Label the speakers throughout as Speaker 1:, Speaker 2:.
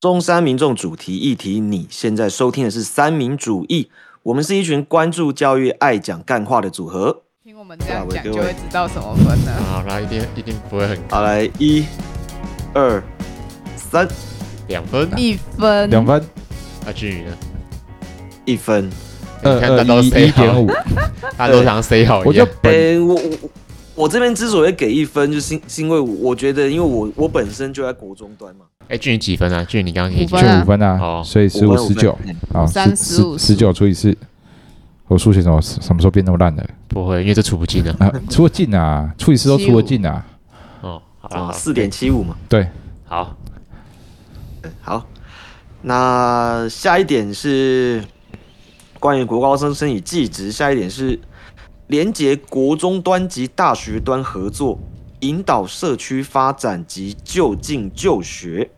Speaker 1: 中山民众主题议题，你现在收听的是三民主义，我们是一群关注教育、爱讲干话的组合。
Speaker 2: 听我们这样
Speaker 1: 大
Speaker 2: 讲
Speaker 1: 伟各位
Speaker 2: 就会知道什么分了。
Speaker 3: 好啊啦，一定一定不会很
Speaker 1: 好，来，一、二、三，
Speaker 3: 两分。
Speaker 4: 嗯
Speaker 2: 一分，
Speaker 4: 两分，
Speaker 3: 那至于呢？
Speaker 1: 一分。
Speaker 4: 二
Speaker 3: 你看
Speaker 4: 二
Speaker 3: 大家都
Speaker 4: 呃一一
Speaker 3: say
Speaker 4: 点
Speaker 3: 好，
Speaker 4: 五，呃
Speaker 3: 大家都想 say 好
Speaker 4: 我
Speaker 3: 一样
Speaker 4: 就。
Speaker 1: 哎、
Speaker 4: 本
Speaker 1: 我我我这边之所以给一分，就是因是因为我觉得，因为我我本身就在国中端嘛，
Speaker 3: 哎，至于几分啊？至于你刚刚可以
Speaker 2: 五
Speaker 3: 几
Speaker 2: 分啊
Speaker 4: 就五分啊，
Speaker 3: 好
Speaker 4: 所以十五
Speaker 1: 我分
Speaker 4: 十九，好，
Speaker 2: 三
Speaker 4: 十
Speaker 2: 15
Speaker 4: 十九除以四，我数学怎么什么时候变那么烂的？
Speaker 3: 不会，因为这出不进啊。
Speaker 4: 啊，除了进啊，除以四都除了进啊，
Speaker 3: 哦，好啦
Speaker 1: 啊，
Speaker 3: 好
Speaker 1: 四点七五嘛。
Speaker 4: 对，
Speaker 3: 好，
Speaker 1: 好，那下一点是关于国高中生与技职，下一点是连接国中端及大学端合作，引导社区发展及就近就学。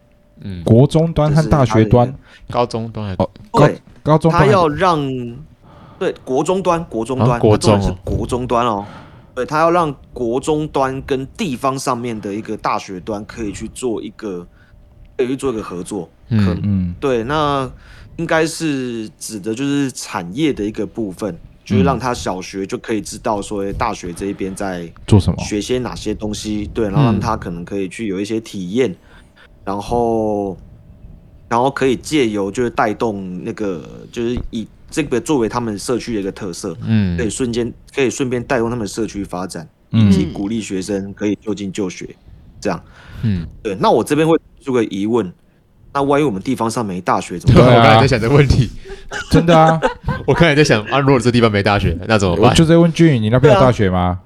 Speaker 3: 嗯，
Speaker 4: 国中端和大学端，
Speaker 3: 高中都还
Speaker 4: 哦高
Speaker 1: 对，
Speaker 4: 高中端
Speaker 1: 他
Speaker 4: 还
Speaker 1: 要让对国中端，国中端，
Speaker 3: 啊国中哦
Speaker 1: 它重点是国中端哦。对他要让国中端跟地方上面的一个大学端可以去做一个，可以去做一个合作。可
Speaker 3: 嗯
Speaker 4: 嗯
Speaker 1: 对，那应该是指的就是产业的一个部分，就是让他小学就可以知道说诶大学这一边在
Speaker 4: 做什么？
Speaker 1: 学些哪些东西，对，然后让他可能可以去有一些体验，然后然后可以借由就是带动那个就是以这个作为他们社区的一个特色，可以
Speaker 3: 嗯，
Speaker 1: 瞬间可以顺便带动他们社区发展，以及
Speaker 4: 嗯，
Speaker 1: 鼓励学生可以就近就学，这样。
Speaker 3: 嗯，
Speaker 1: 对，那我这边会提出个疑问，那万一我们地方上没大学怎么
Speaker 3: 对，
Speaker 4: 对
Speaker 3: 我
Speaker 4: 啊
Speaker 1: 办？
Speaker 3: 刚才在想这个问题，
Speaker 4: 真 的啊，
Speaker 3: 我刚才在想啊，如果这地方没大学，那怎么
Speaker 4: 我
Speaker 3: 办？
Speaker 4: 就在问俊宇，你那边有
Speaker 1: 对啊
Speaker 4: 大学吗？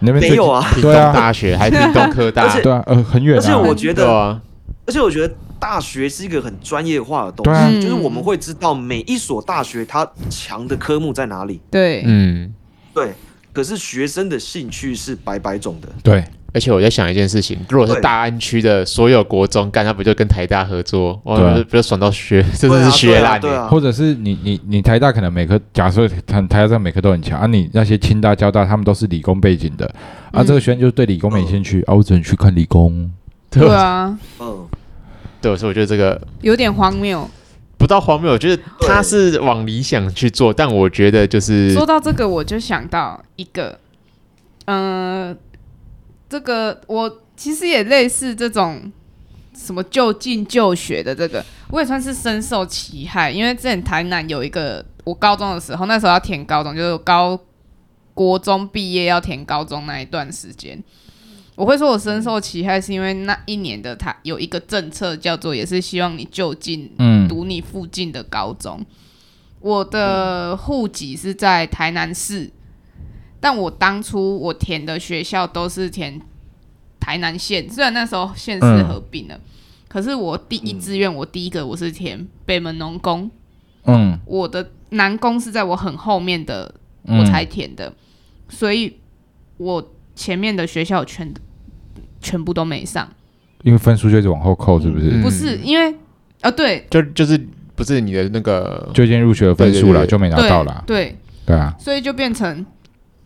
Speaker 4: 你那边最
Speaker 1: 没有？啊，
Speaker 3: 屏东
Speaker 4: 对啊
Speaker 3: 大学还屏东科大，
Speaker 4: 对啊，呃，很远
Speaker 1: 而且
Speaker 4: 啊，
Speaker 1: 我觉
Speaker 3: 对
Speaker 1: 得，
Speaker 3: 啊，
Speaker 1: 而且我觉得大学是一个很专业化的东
Speaker 4: 对啊
Speaker 1: 西，就是我们会知道每一所大学它强的科目在哪里，
Speaker 2: 对，
Speaker 3: 嗯。
Speaker 1: 对。可是学生的兴趣是百百种的，
Speaker 4: 对，
Speaker 3: 而且我在想一件事情，如果是
Speaker 1: 对
Speaker 3: 大安区的所有国中干，那不就跟台大合作？哇，
Speaker 4: 对啊
Speaker 3: 不就不就爽到学，真
Speaker 1: 对
Speaker 3: 的
Speaker 1: 啊
Speaker 3: 是学烂
Speaker 1: 对
Speaker 3: 欸
Speaker 1: 啊，
Speaker 4: 或者是你你你台大可能每科，假设台台大每科都很强啊，你那些清大、交大他们都是理工背景的啊，
Speaker 2: 嗯
Speaker 4: 这个学院就是对理工没兴趣啊，我只能去看理工。
Speaker 3: 对
Speaker 2: 对
Speaker 3: 啊，
Speaker 1: 对
Speaker 2: 啊，
Speaker 1: 啊，嗯，
Speaker 3: 对，所以我觉得这个
Speaker 2: 有点荒谬。
Speaker 3: 不到荒谬，我觉得他是往理想去做，但我觉得就是
Speaker 2: 说到这个，我就想到一个，嗯，这个我其实也类似这种什么就近就学的这个，我也算是深受其害，因为之前台南有一个，我高中的时候，那时候要填高中，就是高国中毕业要填高中那一段时间。我会说我深受其害，是因为那一年的他有一个政策叫做，也是希望你就近
Speaker 4: 嗯
Speaker 2: 读你附近的高中。我的户籍是在台南市，但我当初我填的学校都是填台南县，虽然那时候县市
Speaker 4: 嗯
Speaker 2: 合并了，可是我第一志愿，我第一个我是填北门农工，
Speaker 4: 嗯，
Speaker 2: 我的南工是在我很后面的，
Speaker 4: 嗯
Speaker 2: 我才填的，所以我前面的学校全全部都没上，
Speaker 4: 因为分数就一直往后扣，是不是？
Speaker 3: 嗯
Speaker 2: 不是因为啊、对
Speaker 3: 就就是不是你的那个，
Speaker 4: 就先入学的分数
Speaker 3: 嗯对对
Speaker 4: 了，
Speaker 3: 对
Speaker 4: 就没拿
Speaker 2: 对
Speaker 4: 到啦。
Speaker 2: 对，
Speaker 4: 对啊，
Speaker 2: 所以就变成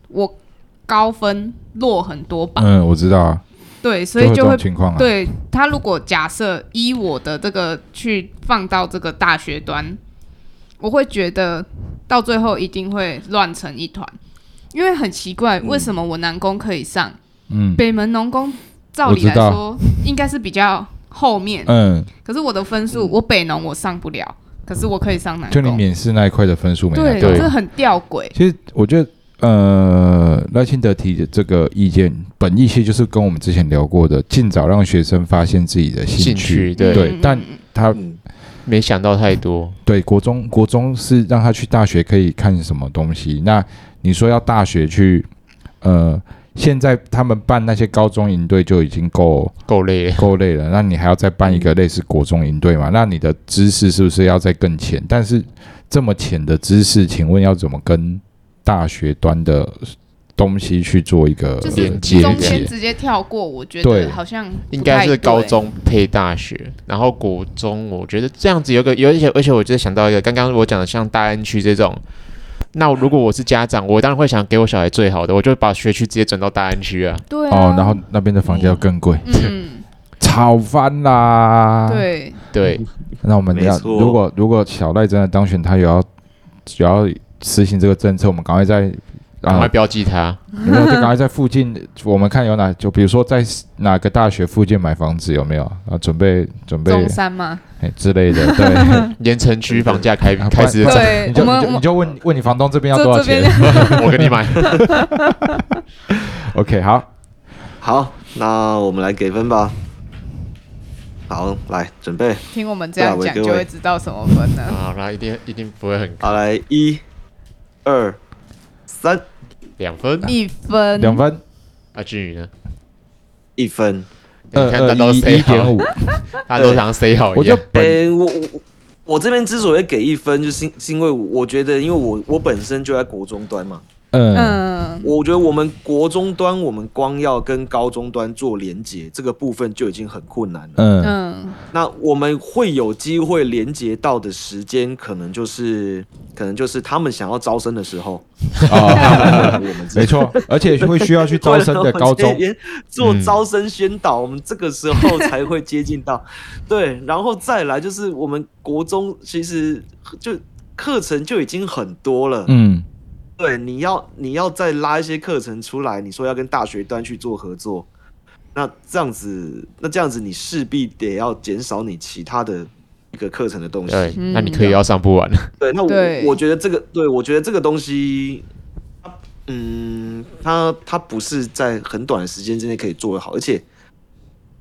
Speaker 2: 我高分落很多榜，
Speaker 4: 嗯，我知道啊，
Speaker 2: 对，所以
Speaker 4: 就
Speaker 2: 就
Speaker 4: 会有
Speaker 2: 会
Speaker 4: 这种情况啊。
Speaker 2: 对他如果假设依我的这个去放到这个大学端，我会觉得到最后一定会乱成一团，因为很奇怪，为什么我南工可以上，
Speaker 4: 嗯
Speaker 2: 北门农工照理来说应该是比较后面，
Speaker 4: 嗯，
Speaker 2: 可是我的分数，我北农我上不了，可是我可以上南
Speaker 4: 就你
Speaker 2: 工，
Speaker 4: 免试那一块的分数没拿
Speaker 2: 对，
Speaker 4: 到。
Speaker 3: 对
Speaker 2: 这很吊诡，
Speaker 4: 其实我觉得，呃，赖清德提的这个意见，本意其实就是跟我们之前聊过的，尽早让学生发现自己的兴
Speaker 3: 兴趣对嗯
Speaker 4: 对，但他
Speaker 1: 嗯
Speaker 3: 没想到太多，
Speaker 4: 对国中国中是让他去大学可以看什么东西？那你说要大学去，呃，现在他们办那些高中营队就已经够
Speaker 3: 够累了。
Speaker 4: 够累了，那你还要再办一个
Speaker 2: 嗯
Speaker 4: 类似国中营队嘛？那你的知识是不是要再更浅？但是这么浅的知识，请问要怎么跟大学端的东西去做一个
Speaker 2: 就是
Speaker 3: 呃连接
Speaker 2: 中
Speaker 4: 连
Speaker 2: 间
Speaker 4: 接？
Speaker 2: 直接跳过，我觉
Speaker 4: 对
Speaker 2: 得好像不
Speaker 3: 应该是
Speaker 2: 太对
Speaker 3: 高中配大学，然后国中，我觉得这样子有个有而且而且我就想到一个，刚刚我讲的像大安区这种，那如果我是家长，我当然会想给我小孩最好的，我就把学区直接转到大安区啊。
Speaker 2: 对啊
Speaker 4: 哦，然后那边的房价更贵，
Speaker 2: 嗯，
Speaker 3: 啊
Speaker 4: 吵翻啦！，
Speaker 2: 对
Speaker 3: 对，
Speaker 4: 那我们要
Speaker 1: 没错
Speaker 4: 如果如果小赖真的当选，他也要也要实行这个政策，我们赶快在
Speaker 3: 赶
Speaker 4: 啊
Speaker 3: 快，标记它。
Speaker 4: 有没有就赶快在附近，我们看有哪就比如说在哪个大学附近买房子有没有啊？准备准备
Speaker 2: 中山吗？
Speaker 4: 哎之 类的，对，
Speaker 3: 盐城区房价开
Speaker 4: 啊
Speaker 3: 开始
Speaker 4: 不
Speaker 3: 涨，
Speaker 2: 对
Speaker 4: 你就
Speaker 2: 我们
Speaker 4: 你就你就问问你房东这边要
Speaker 2: 这
Speaker 4: 多少
Speaker 2: 这边
Speaker 4: 钱
Speaker 3: 我给你买。
Speaker 4: ？OK，好，
Speaker 1: 好，那我们来给分吧。好，来准备，
Speaker 2: 听我们这样
Speaker 1: 对啊
Speaker 2: 讲
Speaker 1: 喂
Speaker 2: 就
Speaker 1: 各位
Speaker 2: 会知道什么分了。
Speaker 3: 好，那一定一定不会很
Speaker 1: 好来，一、二、三，
Speaker 3: 两分。
Speaker 2: 一分，
Speaker 4: 两分
Speaker 3: 啊，至于呢？
Speaker 1: 一分。
Speaker 3: 你
Speaker 4: 二
Speaker 3: 看他
Speaker 4: 二
Speaker 3: 都
Speaker 4: 一
Speaker 3: 塞
Speaker 4: 呃一点
Speaker 3: 好，
Speaker 4: 五，
Speaker 3: 他都想塞好哦
Speaker 4: 我
Speaker 3: 一
Speaker 4: 就
Speaker 3: 样。
Speaker 4: 本
Speaker 1: 诶、我我我这边之所以给一分，就是因是因为我觉得，因为我我本身就在国中端嘛，
Speaker 4: 嗯
Speaker 2: 嗯，
Speaker 1: 我觉得我们国中端，我们光要跟高中端做连接，这个部分就已经很困难了。
Speaker 4: 嗯
Speaker 2: 嗯，
Speaker 1: 那我们会有机会连接到的时间，可能就是可能就是他们想要招生的时候，
Speaker 4: 啊，
Speaker 1: 我们
Speaker 4: 没错，而且会需要去招生的高中
Speaker 1: 为 了我们这，边做招生宣导，我们这个时候才会接近到。
Speaker 4: 嗯
Speaker 1: 对，然后再来就是我们国中其实就课程就已经很多了，
Speaker 4: 嗯
Speaker 1: 对，你要你要再拉一些课程出来，你说要跟大学端去做合作，那这样子，那这样子你势必得要减少你其他的一个课程的东西。
Speaker 3: 对，
Speaker 2: 嗯
Speaker 3: 那你可以要上不完。
Speaker 1: 对，那
Speaker 2: 对
Speaker 1: 我我觉得这个，对我觉得这个东西，它嗯，它它不是在很短的时间之内可以做得好，而且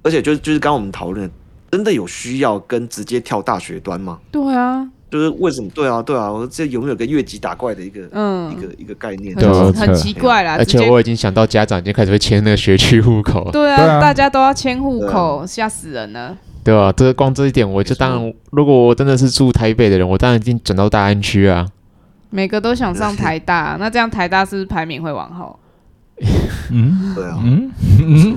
Speaker 1: 而且就是就是刚刚我们讨论的，真的有需要跟直接跳大学端吗？
Speaker 2: 对啊，
Speaker 1: 就是为什么？对啊，对啊，我这有没有跟越级打怪的一个、一
Speaker 2: 嗯，
Speaker 1: 个一个概念？
Speaker 4: 对啊
Speaker 2: 很很奇怪啦，
Speaker 3: 而
Speaker 2: 直
Speaker 3: 且
Speaker 2: 接
Speaker 3: 我已经想到家长已经开始会签那个学区户 口，
Speaker 2: 对
Speaker 4: 对
Speaker 2: 啊，
Speaker 4: 啊
Speaker 2: 大家都要迁户口，吓死人了。
Speaker 3: 对吧、这光这一点，我就
Speaker 1: 没错
Speaker 3: 当然，如果我真的是住台北的人，我当然已经转到大安区啊。
Speaker 2: 每个都想上台大，那这样台大是不是排名会往后？
Speaker 4: 嗯
Speaker 1: 对啊，
Speaker 4: 嗯嗯，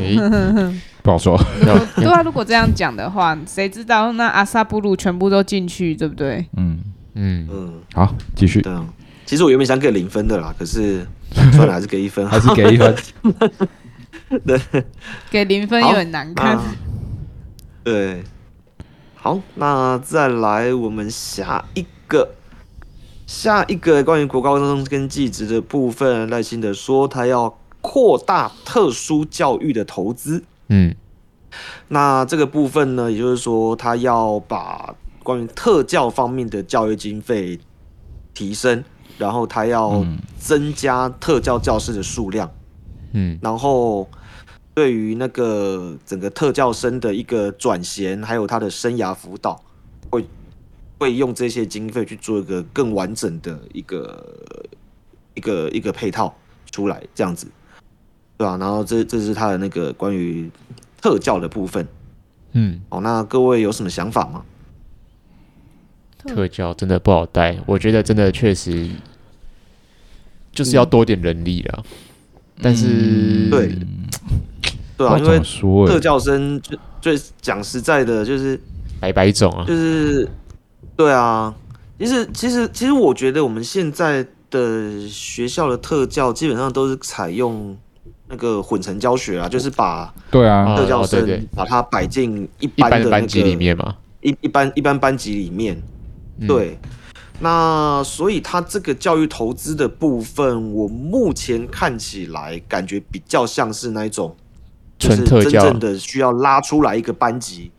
Speaker 3: 诶，
Speaker 4: 不好说，
Speaker 2: 如果对啊，如果这样讲的话，谁知道那阿萨布鲁全部都进去，对不对？
Speaker 4: 嗯，
Speaker 3: 嗯，
Speaker 1: 嗯，
Speaker 4: 好，继续，
Speaker 1: 对啊。其实我原本想给零分的啦，可是算了，还是给一分好
Speaker 4: 还是给一分，
Speaker 2: 给零分也很难看。
Speaker 1: 啊对，好，那再来我们下一个，下一个关于国高中跟技职的部分，赖清德说他要扩大特殊教育的投资。
Speaker 3: 嗯，
Speaker 1: 那这个部分呢，也就是说他要把关于特教方面的教育经费提升，然后他
Speaker 3: 哦
Speaker 1: 要
Speaker 4: 嗯
Speaker 1: 增加特教教师的数量。
Speaker 3: 嗯，
Speaker 1: 然后对于那个整个特教生的一个转衔，还有他的生涯辅导，会会用这些经费去做一个更完整的一个一个一个配套出来，这样子，对吧、然后这这是他的那个关于特教的部分。
Speaker 3: 嗯，
Speaker 1: 哦，那各位有什么想法吗？
Speaker 3: 特教真的不好带，我觉得真的确实就是要多点人力了。但是，啊
Speaker 1: 对对啊，
Speaker 4: 嗯不知道
Speaker 1: 因
Speaker 4: 怎
Speaker 1: 为
Speaker 4: 么说欸
Speaker 1: 特教生就最讲实在的，就是
Speaker 3: 百百种啊，
Speaker 1: 就是，对啊，其实其实其实我觉得我们现在的学校的特教基本上都是采用那个混成教学啊，就是把
Speaker 4: 对啊
Speaker 3: 啊，
Speaker 1: 特教
Speaker 3: 对对
Speaker 1: 生把它摆进一
Speaker 3: 一
Speaker 1: 般
Speaker 3: 般
Speaker 1: 的、那
Speaker 3: 的
Speaker 1: 个、
Speaker 3: 班级里面嘛，
Speaker 1: 一一般一般班级里面，
Speaker 3: 嗯，
Speaker 1: 对。那所以它这个教育投资的部分，我目前看起来感觉比较像是那一种就是
Speaker 3: 纯特
Speaker 1: 真
Speaker 3: 教
Speaker 1: 正，的需要拉出来一个班级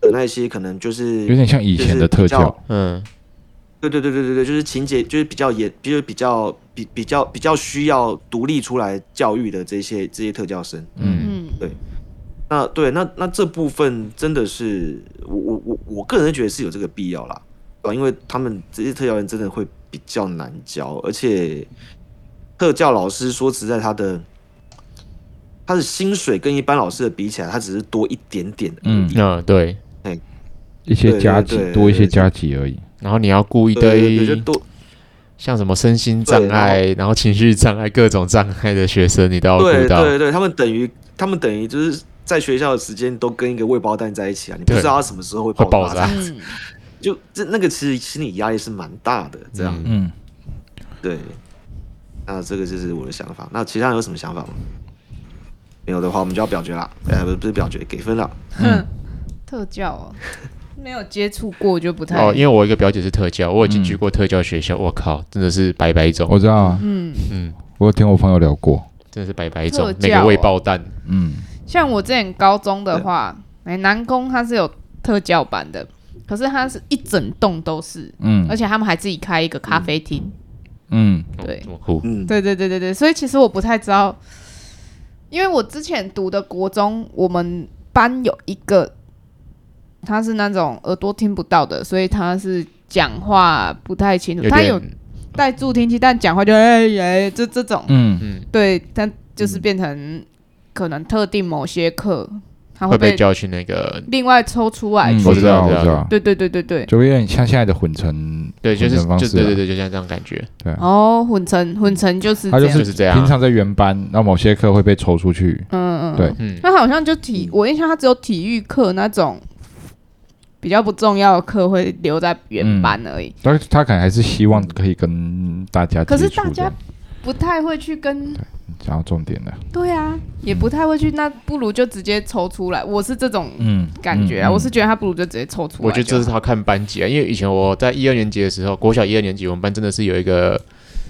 Speaker 1: 的那些，可能就是
Speaker 4: 有点像以前的特
Speaker 1: 就是比
Speaker 4: 教
Speaker 1: 较，
Speaker 3: 嗯，
Speaker 1: 对对对对对对，就是情节就是比较严，就是比较比比较比较需要独立出来教育的这些这些特教生。
Speaker 4: 嗯，
Speaker 2: 嗯，
Speaker 1: 那对，那那这部分真的是我我我我个人觉得是有这个必要啦，对吧？因为他们这些特教人真的会比较难教，而且特教老师说实在他的。他的薪水跟一般老师的比起来，他只是多一点点，
Speaker 4: 嗯，
Speaker 3: 嗯，对。
Speaker 4: 一些加
Speaker 1: 对对
Speaker 4: 级，
Speaker 1: 对
Speaker 4: 多一些加级而已，
Speaker 3: 然后你要顾一
Speaker 1: 对对对，
Speaker 3: 堆
Speaker 1: 就多
Speaker 3: 像什么身心障碍，然后情绪障碍、各种障碍的学生，你都要
Speaker 1: 对
Speaker 3: 顾到。
Speaker 1: 对对，他们等于他们等于就是在学校的时间都跟一个未爆弹在一起啊，你不
Speaker 3: 对
Speaker 1: 知道他什么时候会
Speaker 3: 会
Speaker 1: 爆
Speaker 3: 爆
Speaker 1: 炸
Speaker 3: 炸，
Speaker 2: 嗯，
Speaker 1: 就这那个其实心理压力是蛮大的，这样、
Speaker 3: 嗯
Speaker 4: 嗯，
Speaker 1: 对。那这个就是我的想法。那其他人有什么想法吗？哎
Speaker 3: 嗯
Speaker 1: 没有的话，我们就要表决啦。呃，不是不是表决，给分了。
Speaker 2: 特教哦，没有接触过就不太
Speaker 3: 哦，因为我一个表姐是特教，我有进去过特教学校，我靠，真的是白白种，
Speaker 4: 我知道啊，
Speaker 2: 嗯，
Speaker 3: 嗯，
Speaker 4: 我有听我朋友聊过，
Speaker 3: 真的是白白种
Speaker 2: 特，
Speaker 3: 每
Speaker 2: 教
Speaker 3: 个喂
Speaker 2: 哦
Speaker 3: 爆蛋，
Speaker 4: 嗯，
Speaker 2: 像我之前高中的话，哎、南工它是有特教班的，可是它是一整栋都是，
Speaker 4: 嗯
Speaker 2: 而且他们还自己开一个咖啡厅。
Speaker 4: 嗯
Speaker 3: 哦
Speaker 2: 对
Speaker 3: 这么酷，
Speaker 1: 嗯，
Speaker 2: 对对对对对，所以其实我不太知道，因为我之前读的国中，我们班有一个他是那种耳朵听不到的，所以他是讲话不太清楚，
Speaker 3: 有
Speaker 2: 他有
Speaker 3: 点
Speaker 2: 带助听器，但讲话就哎哎这这种，
Speaker 4: 嗯，
Speaker 3: 嗯
Speaker 2: 对，但就是变成可能特定某些课，他
Speaker 3: 会
Speaker 2: 会
Speaker 3: 被
Speaker 2: 被
Speaker 3: 叫去那个，
Speaker 2: 另外抽出来
Speaker 4: 嗯
Speaker 2: 去。
Speaker 4: 我知道，
Speaker 3: 我
Speaker 4: 我
Speaker 3: 知道
Speaker 4: 知道，
Speaker 2: 对对对对对，
Speaker 4: 就有点像现在的混成，
Speaker 3: 对，就是
Speaker 4: 混成方
Speaker 3: 就
Speaker 4: 式
Speaker 3: 对
Speaker 4: 啊
Speaker 3: 对对，就像这样感觉，
Speaker 4: 对啊，
Speaker 2: 哦，混成混成就是
Speaker 4: 他
Speaker 2: 这
Speaker 4: 就
Speaker 2: 样，
Speaker 3: 就是这样啊
Speaker 4: 平常在原班，那某些课会被抽出去，
Speaker 2: 嗯嗯，嗯
Speaker 4: 对。
Speaker 3: 嗯，
Speaker 2: 那好像就体，我印象他只有体育课那种比较不重要的课会留在原班而已，
Speaker 4: 但是他可能还是希望可以跟大家
Speaker 2: 可是
Speaker 4: 接触
Speaker 2: 大家
Speaker 4: 这样，
Speaker 2: 不太会去跟。
Speaker 4: 讲到重点了，
Speaker 2: 对啊，也不太会去，那不如就直接抽出来。我是这种
Speaker 4: 嗯，
Speaker 2: 感觉啊，
Speaker 4: 嗯
Speaker 2: 我是觉得他不如就直接抽出来就好。
Speaker 3: 我觉得这是他看班级啊，因为以前我在一二年级的时候，国小一二年级，我们班真的是有一个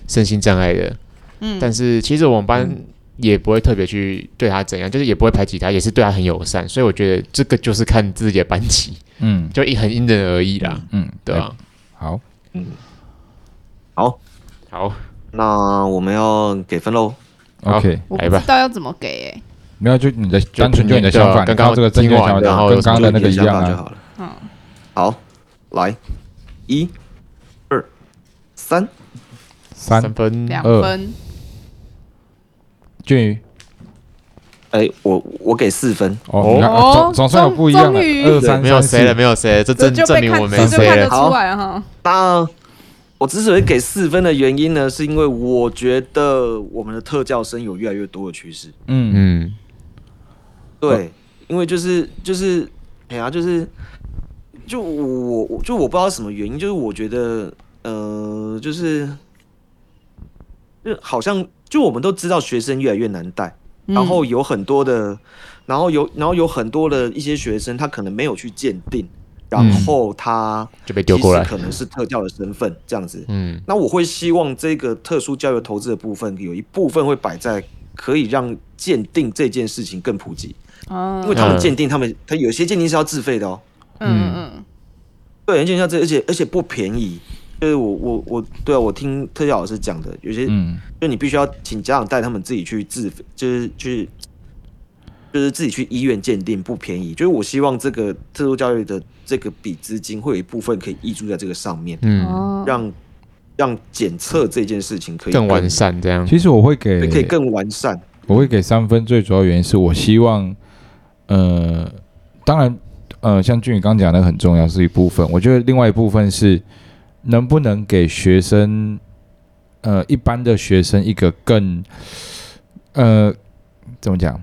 Speaker 3: 身心障碍的，
Speaker 2: 嗯
Speaker 3: 但是其实我们班也不会特别去对他怎样，就是也不会排挤他，也是对他很友善，所以我觉得这个就是看自己的班级，
Speaker 4: 嗯
Speaker 3: 就一很因人而异啦，
Speaker 4: 嗯，
Speaker 3: 对啊，
Speaker 2: 哎
Speaker 4: 好，
Speaker 1: 好，
Speaker 3: 好，
Speaker 1: 那我们要给分喽。
Speaker 3: 好
Speaker 4: ，OK，
Speaker 2: 我
Speaker 3: 来
Speaker 2: 不
Speaker 3: 吧
Speaker 2: 知道要怎么给欸
Speaker 4: 没有就你的
Speaker 3: 就
Speaker 4: 单纯就你的想法，
Speaker 3: 你的
Speaker 4: 你看到这个正确想法
Speaker 1: 啊
Speaker 3: 刚刚
Speaker 4: 跟刚刚的那个一样
Speaker 1: 就
Speaker 4: 啊，
Speaker 1: 好了。
Speaker 2: 嗯，
Speaker 1: 好，来，一、二、三，
Speaker 4: 三
Speaker 3: 三分，
Speaker 2: 两
Speaker 4: 二
Speaker 2: 分，
Speaker 4: 俊宇，
Speaker 1: 哎，我我给四分。
Speaker 4: 哦，你看
Speaker 2: 哦
Speaker 4: 总总算有不一样了，
Speaker 2: 终于
Speaker 4: 二三
Speaker 3: 没有
Speaker 4: 三四
Speaker 3: 谁了，没有谁了，这
Speaker 2: 这
Speaker 3: 证
Speaker 2: 就
Speaker 3: 证
Speaker 2: 被
Speaker 3: 明
Speaker 2: 看，
Speaker 3: 我没
Speaker 2: 这就
Speaker 3: 谁
Speaker 2: 看得
Speaker 3: 了，
Speaker 2: 出来了哈。
Speaker 1: 那我之所以给四分的原因呢，是因为我觉得我们的特教生有越来越多的趋势。
Speaker 4: 嗯嗯
Speaker 3: 嗯，
Speaker 1: 对，因为就是就是，哎呀，就是就我我就我不知道什么原因，就是我觉得呃，就是就好像就我们都知道学生越来越难带，
Speaker 3: 嗯
Speaker 1: 然后有很多的，然后有然后有很多的一些学生，他可能没有去鉴定，然后他
Speaker 3: 就被
Speaker 1: 其
Speaker 3: 嗯丢过
Speaker 1: 实
Speaker 3: 来，
Speaker 1: 可能是特教的身份这样子。
Speaker 3: 嗯，
Speaker 1: 那我会希望这个特殊教育投资的部分，有一部分会摆在可以让鉴定这件事情更普及。
Speaker 2: 嗯
Speaker 1: 因为他们鉴定，他
Speaker 3: 嗯
Speaker 1: 们他有些鉴定是要自费的哦，
Speaker 2: 嗯嗯
Speaker 1: 对，有些鉴定要自费，而且而且不便宜。就是我我我，对啊，我听特教老师讲的，有些、
Speaker 4: 嗯
Speaker 1: 就你必须要请家长带他们自己去自费，就是去就是自己去医院鉴定，不便宜。就是我希望这个特殊教育的这个笔资金会有一部分可以挹注在这个上面，
Speaker 2: 嗯，
Speaker 3: 嗯，
Speaker 2: 哦，
Speaker 1: 让让检测这件事情可以
Speaker 3: 更完，善这
Speaker 2: 哦
Speaker 3: 样，
Speaker 4: 其实我会
Speaker 1: 对
Speaker 4: 给
Speaker 1: 可以更完善。
Speaker 4: 我会给三分，最主要原因是我希望，呃，当然，呃，像俊宇刚讲的很重要是一部分，我觉得另外一部分是能不能给学生，呃，一般的学生一个更，呃，怎么讲？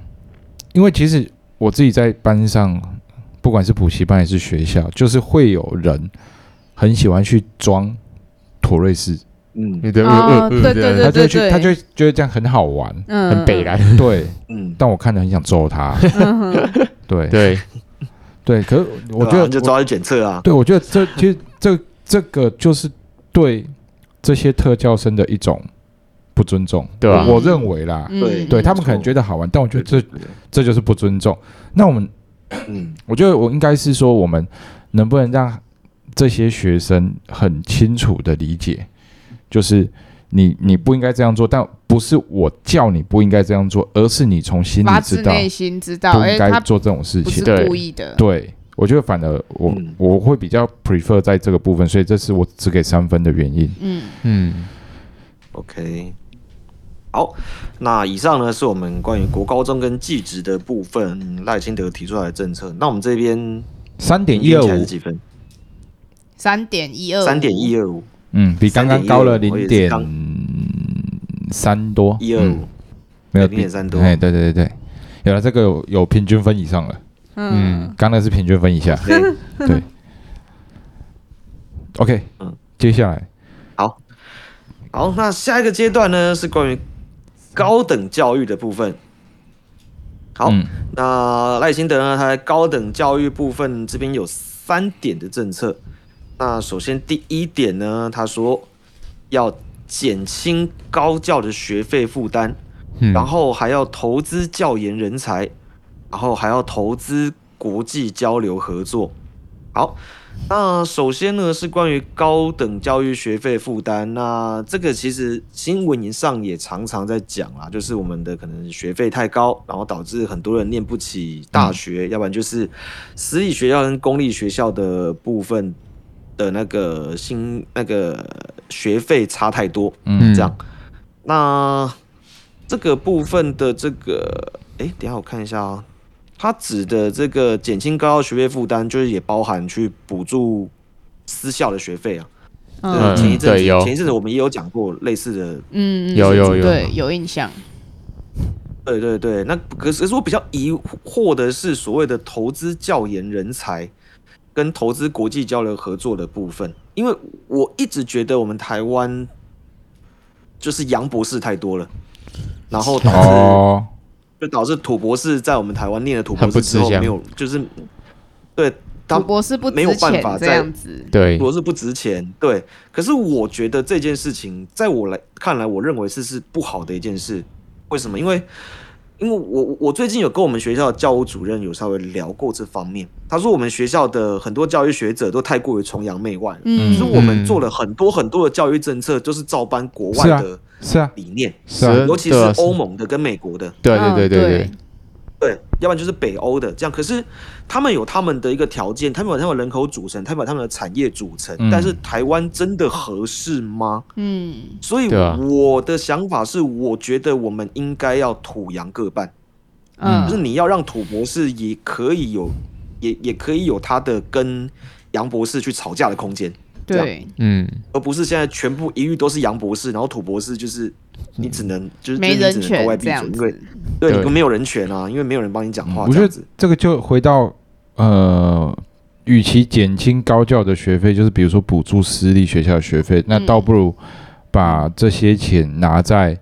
Speaker 4: 因为其实我自己在班上，不管是补习班还是学校，就是会有人很喜欢去装妥瑞士，
Speaker 1: 嗯
Speaker 3: 你的呃
Speaker 2: 哦对对
Speaker 4: 他
Speaker 2: 对
Speaker 4: 就会去，他就会觉得这样很好玩，
Speaker 2: 嗯，
Speaker 3: 很北蓝，
Speaker 4: 对，
Speaker 1: 嗯，
Speaker 4: 但我看着很想揍他，
Speaker 2: 嗯，嗯
Speaker 4: 对。
Speaker 3: 对，
Speaker 4: 对，可是我觉
Speaker 1: 对啊
Speaker 4: 得，
Speaker 1: 你就
Speaker 4: 我
Speaker 1: 抓去检测啊，
Speaker 4: 对我觉得这其实这这个就是对这些特教生的一种不尊重，
Speaker 3: 对啊
Speaker 4: 我我认为啦，
Speaker 2: 嗯
Speaker 1: 对
Speaker 4: 对
Speaker 1: 嗯
Speaker 4: 他们可能觉得好玩，但我觉得这这就是不尊重。那我们，
Speaker 1: 嗯
Speaker 4: 我觉得我应该是说，我们能不能让这些学生很清楚的理解，就是你你不应该这样做，但不是我叫你不应该这样做，而是你从心里
Speaker 2: 发
Speaker 4: 知
Speaker 2: 自
Speaker 4: 道
Speaker 2: 内心知道，
Speaker 4: 不
Speaker 2: 哎，
Speaker 4: 应
Speaker 2: 他
Speaker 4: 该做这种事
Speaker 2: 不
Speaker 4: 情
Speaker 2: 是。
Speaker 3: 对
Speaker 2: 故意的。
Speaker 4: 对，我觉得反而我、
Speaker 1: 嗯
Speaker 4: 我会比较 prefer 在这个部分，所以这是我只给三分的原因。
Speaker 2: 嗯，
Speaker 3: 嗯，
Speaker 1: OK，好，那以上呢是我们关于国高中跟技职的部分嗯赖清德提出来的政策。那我们这边
Speaker 4: 三点一
Speaker 1: 听
Speaker 4: 二
Speaker 1: 起来是
Speaker 4: 五，
Speaker 1: 几分？
Speaker 2: 三点一二，
Speaker 1: 三点一二五，
Speaker 4: 嗯，比刚刚高了零
Speaker 1: 3.125
Speaker 4: 点嗯三多，嗯
Speaker 1: 一二五，
Speaker 4: 没有
Speaker 1: 对
Speaker 4: 比
Speaker 1: 0.3多
Speaker 4: 哎，对对对对，有了这个有有平均分以上了，
Speaker 2: 嗯，
Speaker 4: 刚那是平均分以下。
Speaker 1: 对，
Speaker 4: 对，OK，
Speaker 1: 嗯
Speaker 4: 接下来
Speaker 1: 好，那下一个阶段呢是关于高等教育的部分。好，
Speaker 4: 嗯
Speaker 1: 那赖清德呢，他在高等教育部分这边有翻点的政策。那首先第一点呢，他说要减轻高教的学费负担，
Speaker 3: 嗯
Speaker 1: 然后还要投资教研人才，然后还要投资国际交流合作。好，那首先呢是关于高等教育学费负担，那这个其实新闻上也常常在讲啦，就是我们的可能学费太高，然后导致很多人念不起大学，要不然就是私立学校跟公立学校的部分的那个新那个学费差太多，
Speaker 3: 嗯
Speaker 1: 这样。那这个部分的这个，哎、等一下我看一下哦。它指的这个减轻高校学费负担，就是也包含去补助私校的学费啊。
Speaker 2: 嗯
Speaker 3: 嗯
Speaker 1: 前一阵子
Speaker 3: 对有
Speaker 1: 前一阵子我们也有讲过类似的，
Speaker 2: 嗯，嗯
Speaker 3: 有有有
Speaker 2: 对，有印象。
Speaker 1: 对对对。那可是可是我比较疑惑的是所谓的投资教研人才跟投资国际交流合作的部分，因为我一直觉得我们台湾就是洋博士太多了，然后导致、
Speaker 4: 哦，
Speaker 1: 就导致土博士在我们台湾念了土博
Speaker 3: 很不
Speaker 1: 士之后
Speaker 3: 吃香
Speaker 1: 没有，就是对他
Speaker 2: 赌博士不
Speaker 1: 没有
Speaker 2: 值
Speaker 1: 办
Speaker 2: 钱
Speaker 1: 法
Speaker 2: 这
Speaker 1: 在
Speaker 2: 样子，
Speaker 3: 对，
Speaker 1: 博士不值钱，对。可是我觉得这件事情，在我来看来，我认为是是不好的一件事。为什么？因为因为我我我最近有跟我们学校的教务主任有稍微聊过这方面，他说我们学校的很多教育学者都太过于崇洋媚外了。
Speaker 2: 嗯，
Speaker 1: 就是我们做了很多很多的教育政策，就是照搬国外
Speaker 4: 是啊
Speaker 1: 的
Speaker 4: 是 啊，
Speaker 1: 理念，
Speaker 3: 是啊
Speaker 1: 尤其是欧，盟的跟美国的。
Speaker 3: 对啊对对对对
Speaker 2: 嗯
Speaker 1: 对，要不然就是北欧的这样。可是他们有他们的一个条件，他们有他们的人口组成，他们有他们的产业组成。
Speaker 4: 嗯
Speaker 1: 但是台湾真的合适吗？
Speaker 2: 嗯，
Speaker 1: 所以
Speaker 3: 对啊
Speaker 1: 我的想法是，我觉得我们应该要土洋各半，
Speaker 2: 嗯
Speaker 1: 就是你要让土博士也可以有，也也可以有他的跟洋博士去吵架的空间，这样
Speaker 2: 对，
Speaker 3: 嗯，
Speaker 1: 而不是现在全部一律都是洋博士，然后土博士就是你只能、就是
Speaker 2: 没
Speaker 1: 就是
Speaker 2: 人
Speaker 1: 你只能
Speaker 2: 权
Speaker 1: 对外闭
Speaker 2: 这
Speaker 1: 嘴，
Speaker 2: 样
Speaker 1: 因为
Speaker 2: 子，
Speaker 1: 对
Speaker 3: 对
Speaker 1: 你们没有人权啊，因为没有人帮你讲话
Speaker 4: 嗯我
Speaker 1: 这
Speaker 4: 觉
Speaker 1: 样
Speaker 4: 得
Speaker 1: 子。
Speaker 4: 这个就回到呃，与其减轻高教的学费，就是比如说补助私立学校的学费，那
Speaker 2: 嗯
Speaker 4: 倒不如把这些钱拿在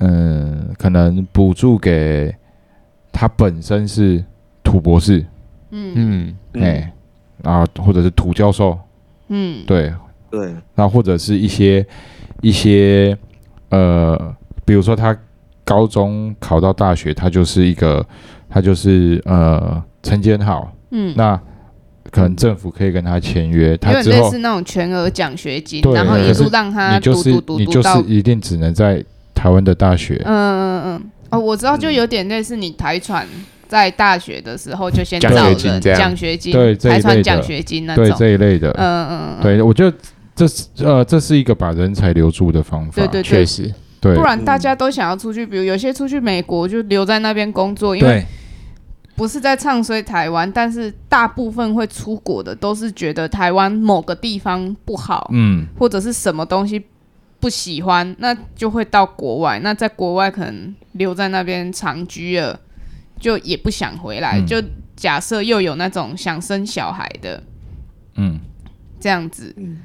Speaker 4: 嗯、呃可能补助给他本身是土博士，
Speaker 2: 嗯
Speaker 3: 嗯，
Speaker 1: 嗯
Speaker 4: 哎、然后或者是土教授，
Speaker 2: 嗯，
Speaker 4: 对，
Speaker 1: 对，
Speaker 4: 那或者是一些一些呃，比如说他高中考到大学，他就是一个他就是呃成绩很好，
Speaker 2: 嗯，
Speaker 4: 那可能政府可以跟他签约，
Speaker 2: 有
Speaker 4: 他
Speaker 2: 点
Speaker 4: 之
Speaker 2: 类
Speaker 4: 后
Speaker 2: 似那种全额奖学金，
Speaker 4: 对
Speaker 2: 然后一
Speaker 3: 可
Speaker 2: 路
Speaker 4: 是
Speaker 2: 让他
Speaker 4: 你就
Speaker 2: 读
Speaker 4: 是
Speaker 2: 读读
Speaker 4: 你
Speaker 2: 读
Speaker 4: 就是
Speaker 2: 到，嗯
Speaker 4: 一定只能在台湾的大学
Speaker 2: 嗯嗯，哦，我知道，就有点类似你台传在大学的时候就先
Speaker 3: 奖
Speaker 2: 找
Speaker 3: 学金
Speaker 2: 人
Speaker 3: 这样
Speaker 2: 奖学金，
Speaker 4: 对这一
Speaker 2: 台传
Speaker 4: 类
Speaker 2: 奖
Speaker 4: 的
Speaker 2: 学金那
Speaker 4: 对
Speaker 2: 种，
Speaker 4: 这一类的，
Speaker 2: 嗯嗯嗯，
Speaker 4: 对我觉得这是呃这是一个把人才留住的方法，
Speaker 2: 对对
Speaker 3: 确
Speaker 2: 对，
Speaker 3: 实，
Speaker 4: 对
Speaker 2: 不然大家都想要出去，比如有些出去美国就留在那边工作，因为
Speaker 4: 对
Speaker 2: 不是在唱衰台湾，但是大部分会出国的都是觉得台湾某个地方不好，
Speaker 4: 嗯
Speaker 2: 或者是什么东西不喜欢，那就会到国外。那在国外可能留在那边长居了，就也不想回来。
Speaker 4: 嗯
Speaker 2: 就假设又有那种想生小孩的
Speaker 4: 嗯
Speaker 2: 这样子，
Speaker 1: 嗯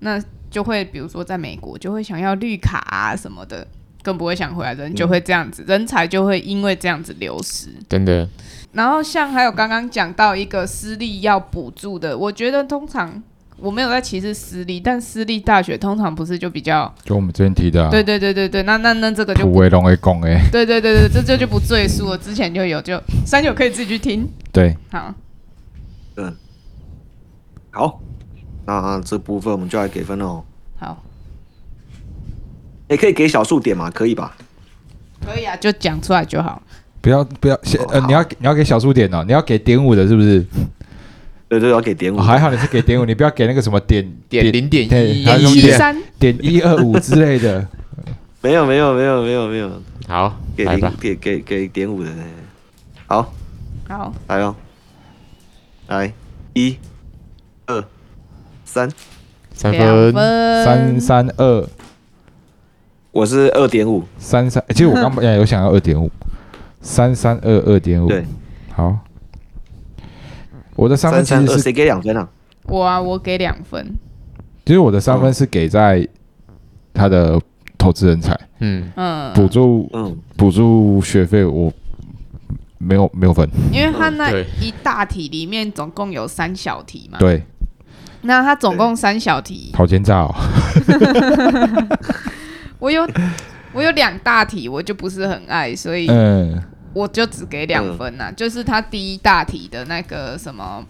Speaker 2: 那就会比如说在美国就会想要绿卡啊什么的，更不会想回来，
Speaker 4: 嗯
Speaker 2: 人就会这样子，人才就会因为这样子流失。
Speaker 3: 真的，
Speaker 2: 然后像还有刚刚讲到一个私立要补助的，我觉得通常我没有在歧视私立，但私立大学通常不是就比较，
Speaker 4: 就我们之前提的、啊，
Speaker 2: 对对对对对，那那那这个就
Speaker 4: 土
Speaker 2: 不，
Speaker 4: 为龙为公哎，
Speaker 2: 对对对对，这这就不赘述了，之前就有，就三九可以自己去听。
Speaker 4: 对，
Speaker 2: 好，
Speaker 1: 好，那这部分我们就来给分了哦。
Speaker 2: 好，
Speaker 1: 也可以给小数点嘛，可以吧？
Speaker 2: 可以啊，就讲出来就好。
Speaker 4: 不要不要，先呃
Speaker 1: 好
Speaker 4: 你要你要给小数点哦，你要给点五的是不是？
Speaker 1: 对对，要给点五、
Speaker 4: 哦还好你是给点五，你不要给那个什么点
Speaker 3: 点零点
Speaker 4: 对
Speaker 3: 一
Speaker 4: 还有
Speaker 2: 七
Speaker 4: 点
Speaker 2: 三，
Speaker 4: 点一二五之类的，
Speaker 1: 没有没有没有没有没有，
Speaker 3: 好，
Speaker 1: 给
Speaker 3: 来
Speaker 1: 零
Speaker 3: 吧，
Speaker 1: 给给给点五的。好，
Speaker 2: 好，
Speaker 1: 来哦，来一、二、三，
Speaker 3: 三
Speaker 2: 两
Speaker 3: 分，
Speaker 2: 分，
Speaker 4: 三三二
Speaker 1: 我是二点五。
Speaker 4: 三三，其实我刚本 来有想要二点五，三三二二点五，
Speaker 1: 对，
Speaker 4: 好，我的三分
Speaker 1: 三三
Speaker 4: 其实
Speaker 1: 二，
Speaker 4: 是，
Speaker 1: 谁给两分啊？
Speaker 2: 我啊，我给两分。
Speaker 4: 其实我的三分
Speaker 2: 嗯
Speaker 4: 是给在他的投资人才
Speaker 3: 嗯，
Speaker 2: 嗯，
Speaker 4: 补助
Speaker 1: 嗯，
Speaker 4: 补助学费，我没有没有分，
Speaker 2: 因为它那
Speaker 3: 对
Speaker 2: 一大题里面总共有三小题嘛。。
Speaker 4: 对，
Speaker 2: 那它总共三小题，
Speaker 4: 好奸诈哦，
Speaker 2: 我有 我有两大题，我就不是很爱，所以
Speaker 4: 嗯，
Speaker 2: 我就只给两分呐、就是它第一大题的那个什么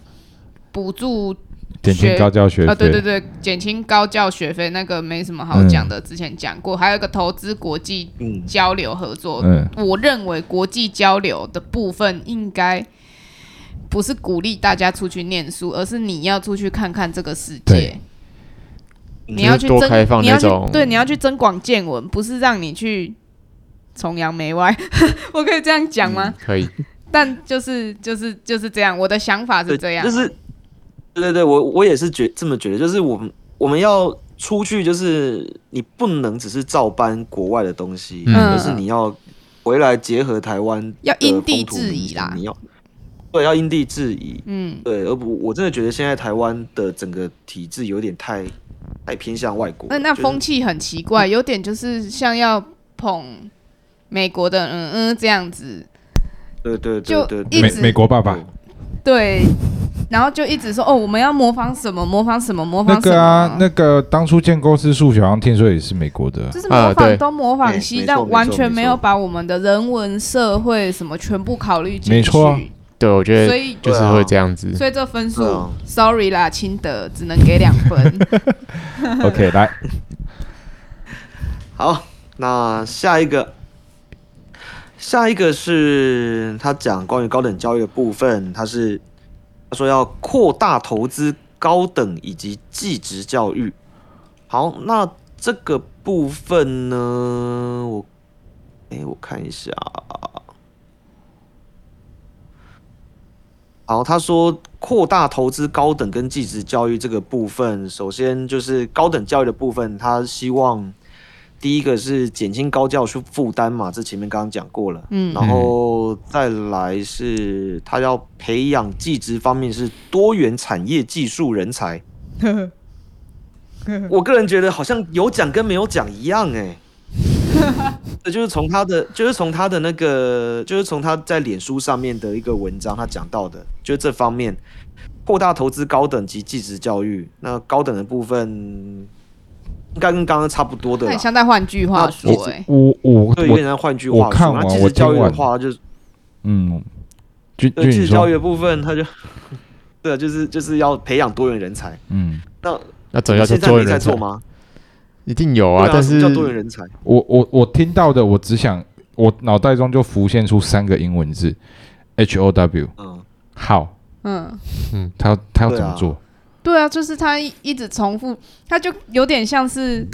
Speaker 2: 补助
Speaker 4: 减轻
Speaker 2: 学
Speaker 4: 高教学
Speaker 2: 啊，对对，
Speaker 4: 费
Speaker 2: 对，减轻高教学费那个没什么好讲
Speaker 4: 嗯
Speaker 2: 的，之前讲过。还有一个投资国际
Speaker 1: 嗯，
Speaker 2: 交流合作，
Speaker 4: 嗯
Speaker 2: 我认为国际交流的部分应该不是鼓励大家出去念书，而是你要出去看看这个世界
Speaker 4: 对。
Speaker 2: 你要去
Speaker 3: 就是多
Speaker 2: 增
Speaker 3: 开放
Speaker 2: 你要
Speaker 3: 那
Speaker 2: 去
Speaker 3: 种
Speaker 2: 对，你要去增广见闻，不是让你去崇洋媚外。 我可以这样讲吗？
Speaker 3: 可以，
Speaker 2: 但就是就是就是这样，我的想法是
Speaker 1: 对，
Speaker 2: 这样。啊
Speaker 1: 就是，对对对，我我也是觉这么觉得，就是我们我们要出去，就是你不能只是照搬国外的东西，
Speaker 4: 嗯
Speaker 1: 而是你要回来结合台湾，
Speaker 2: 要因地制宜啦
Speaker 1: 你要对，要因地制宜。
Speaker 2: 嗯，
Speaker 1: 对，而不，我真的觉得现在台湾的整个体制有点太太偏向外国了。
Speaker 2: 那
Speaker 1: 就
Speaker 2: 那
Speaker 1: 是
Speaker 2: 风气很奇怪，有点就是像要捧美国的嗯嗯这样子，
Speaker 1: 对对
Speaker 2: 就
Speaker 1: 对对对，
Speaker 2: 一
Speaker 4: 美
Speaker 2: 直
Speaker 4: 美国爸爸
Speaker 1: 对
Speaker 2: 对，然后就一直说哦，我们要模仿什么，模仿什么，模
Speaker 4: 那
Speaker 2: 仿什么，
Speaker 4: 个啊，那个当初建构式数学好像听说也是美 国的，
Speaker 2: 就是模
Speaker 3: 啊
Speaker 2: 仿
Speaker 3: 对
Speaker 2: 东模仿西，
Speaker 1: 哎没错
Speaker 2: 但完全
Speaker 1: 没错
Speaker 2: 没有把我们的人文、社会什么全部考虑进去。
Speaker 4: 没错啊
Speaker 3: 对我觉
Speaker 2: 所
Speaker 3: 得
Speaker 2: 以
Speaker 3: 就是会这样子，
Speaker 2: 所以这分数、
Speaker 1: 对啊
Speaker 2: s o r r y 啦，亲德只能给两 分。
Speaker 4: OK，来，
Speaker 1: 好，那下一个，下一个是他讲关于高等教育的部分，他是他说要扩大投资高等以及技职教育。好，那这个部分呢，我哎，我看一下。啊好，他说扩大投资高等跟技职教育这个部分，首先就是高等教育的部分，他希望第一个是减轻高教负负担嘛，这前面刚刚讲过了，
Speaker 2: 嗯
Speaker 1: 然后再来是他要培养技职方面是多元产业技术人才。我个人觉得好像有讲跟没有讲一样哎、这就是从他的，就是从他的那个，就是从他在脸书上面的一个文章，他讲到的，就是这方面扩大投资高等及技职教育。那高等的部分应该跟刚刚差不多的
Speaker 2: 那
Speaker 1: 啦
Speaker 2: 你，像在换句话
Speaker 1: 啊那
Speaker 2: 说、哎，
Speaker 4: 我我
Speaker 1: 对，有
Speaker 4: 我，
Speaker 1: 点像换句
Speaker 4: 我
Speaker 1: 话
Speaker 4: 看
Speaker 1: 说，那
Speaker 4: 完
Speaker 1: 技
Speaker 4: 我
Speaker 1: 职教育
Speaker 4: 听
Speaker 1: 的
Speaker 4: 完
Speaker 1: 话，就是
Speaker 4: 嗯，就就
Speaker 1: 对技
Speaker 4: 你
Speaker 1: 职教
Speaker 4: 说
Speaker 1: 育，的部分，他就 对啊，就是就是要培养多元人才。
Speaker 4: 嗯，
Speaker 1: 那
Speaker 3: 那总要
Speaker 1: 现在
Speaker 3: 做多
Speaker 1: 没
Speaker 3: 元
Speaker 1: 在
Speaker 3: 人才
Speaker 1: 做，吗？
Speaker 3: 一定有
Speaker 1: 对
Speaker 3: 啊，但
Speaker 1: 什么
Speaker 3: 是
Speaker 1: 叫多元人才，
Speaker 4: 我我我听到的，我只想，我脑袋中就浮现出三个英文字，H O W，
Speaker 1: 嗯，
Speaker 4: 好，
Speaker 2: 嗯，
Speaker 4: 他要他要
Speaker 1: 对
Speaker 4: 怎
Speaker 1: 啊
Speaker 4: 么做？
Speaker 2: 对啊，就是他一一直重复，他就有点像是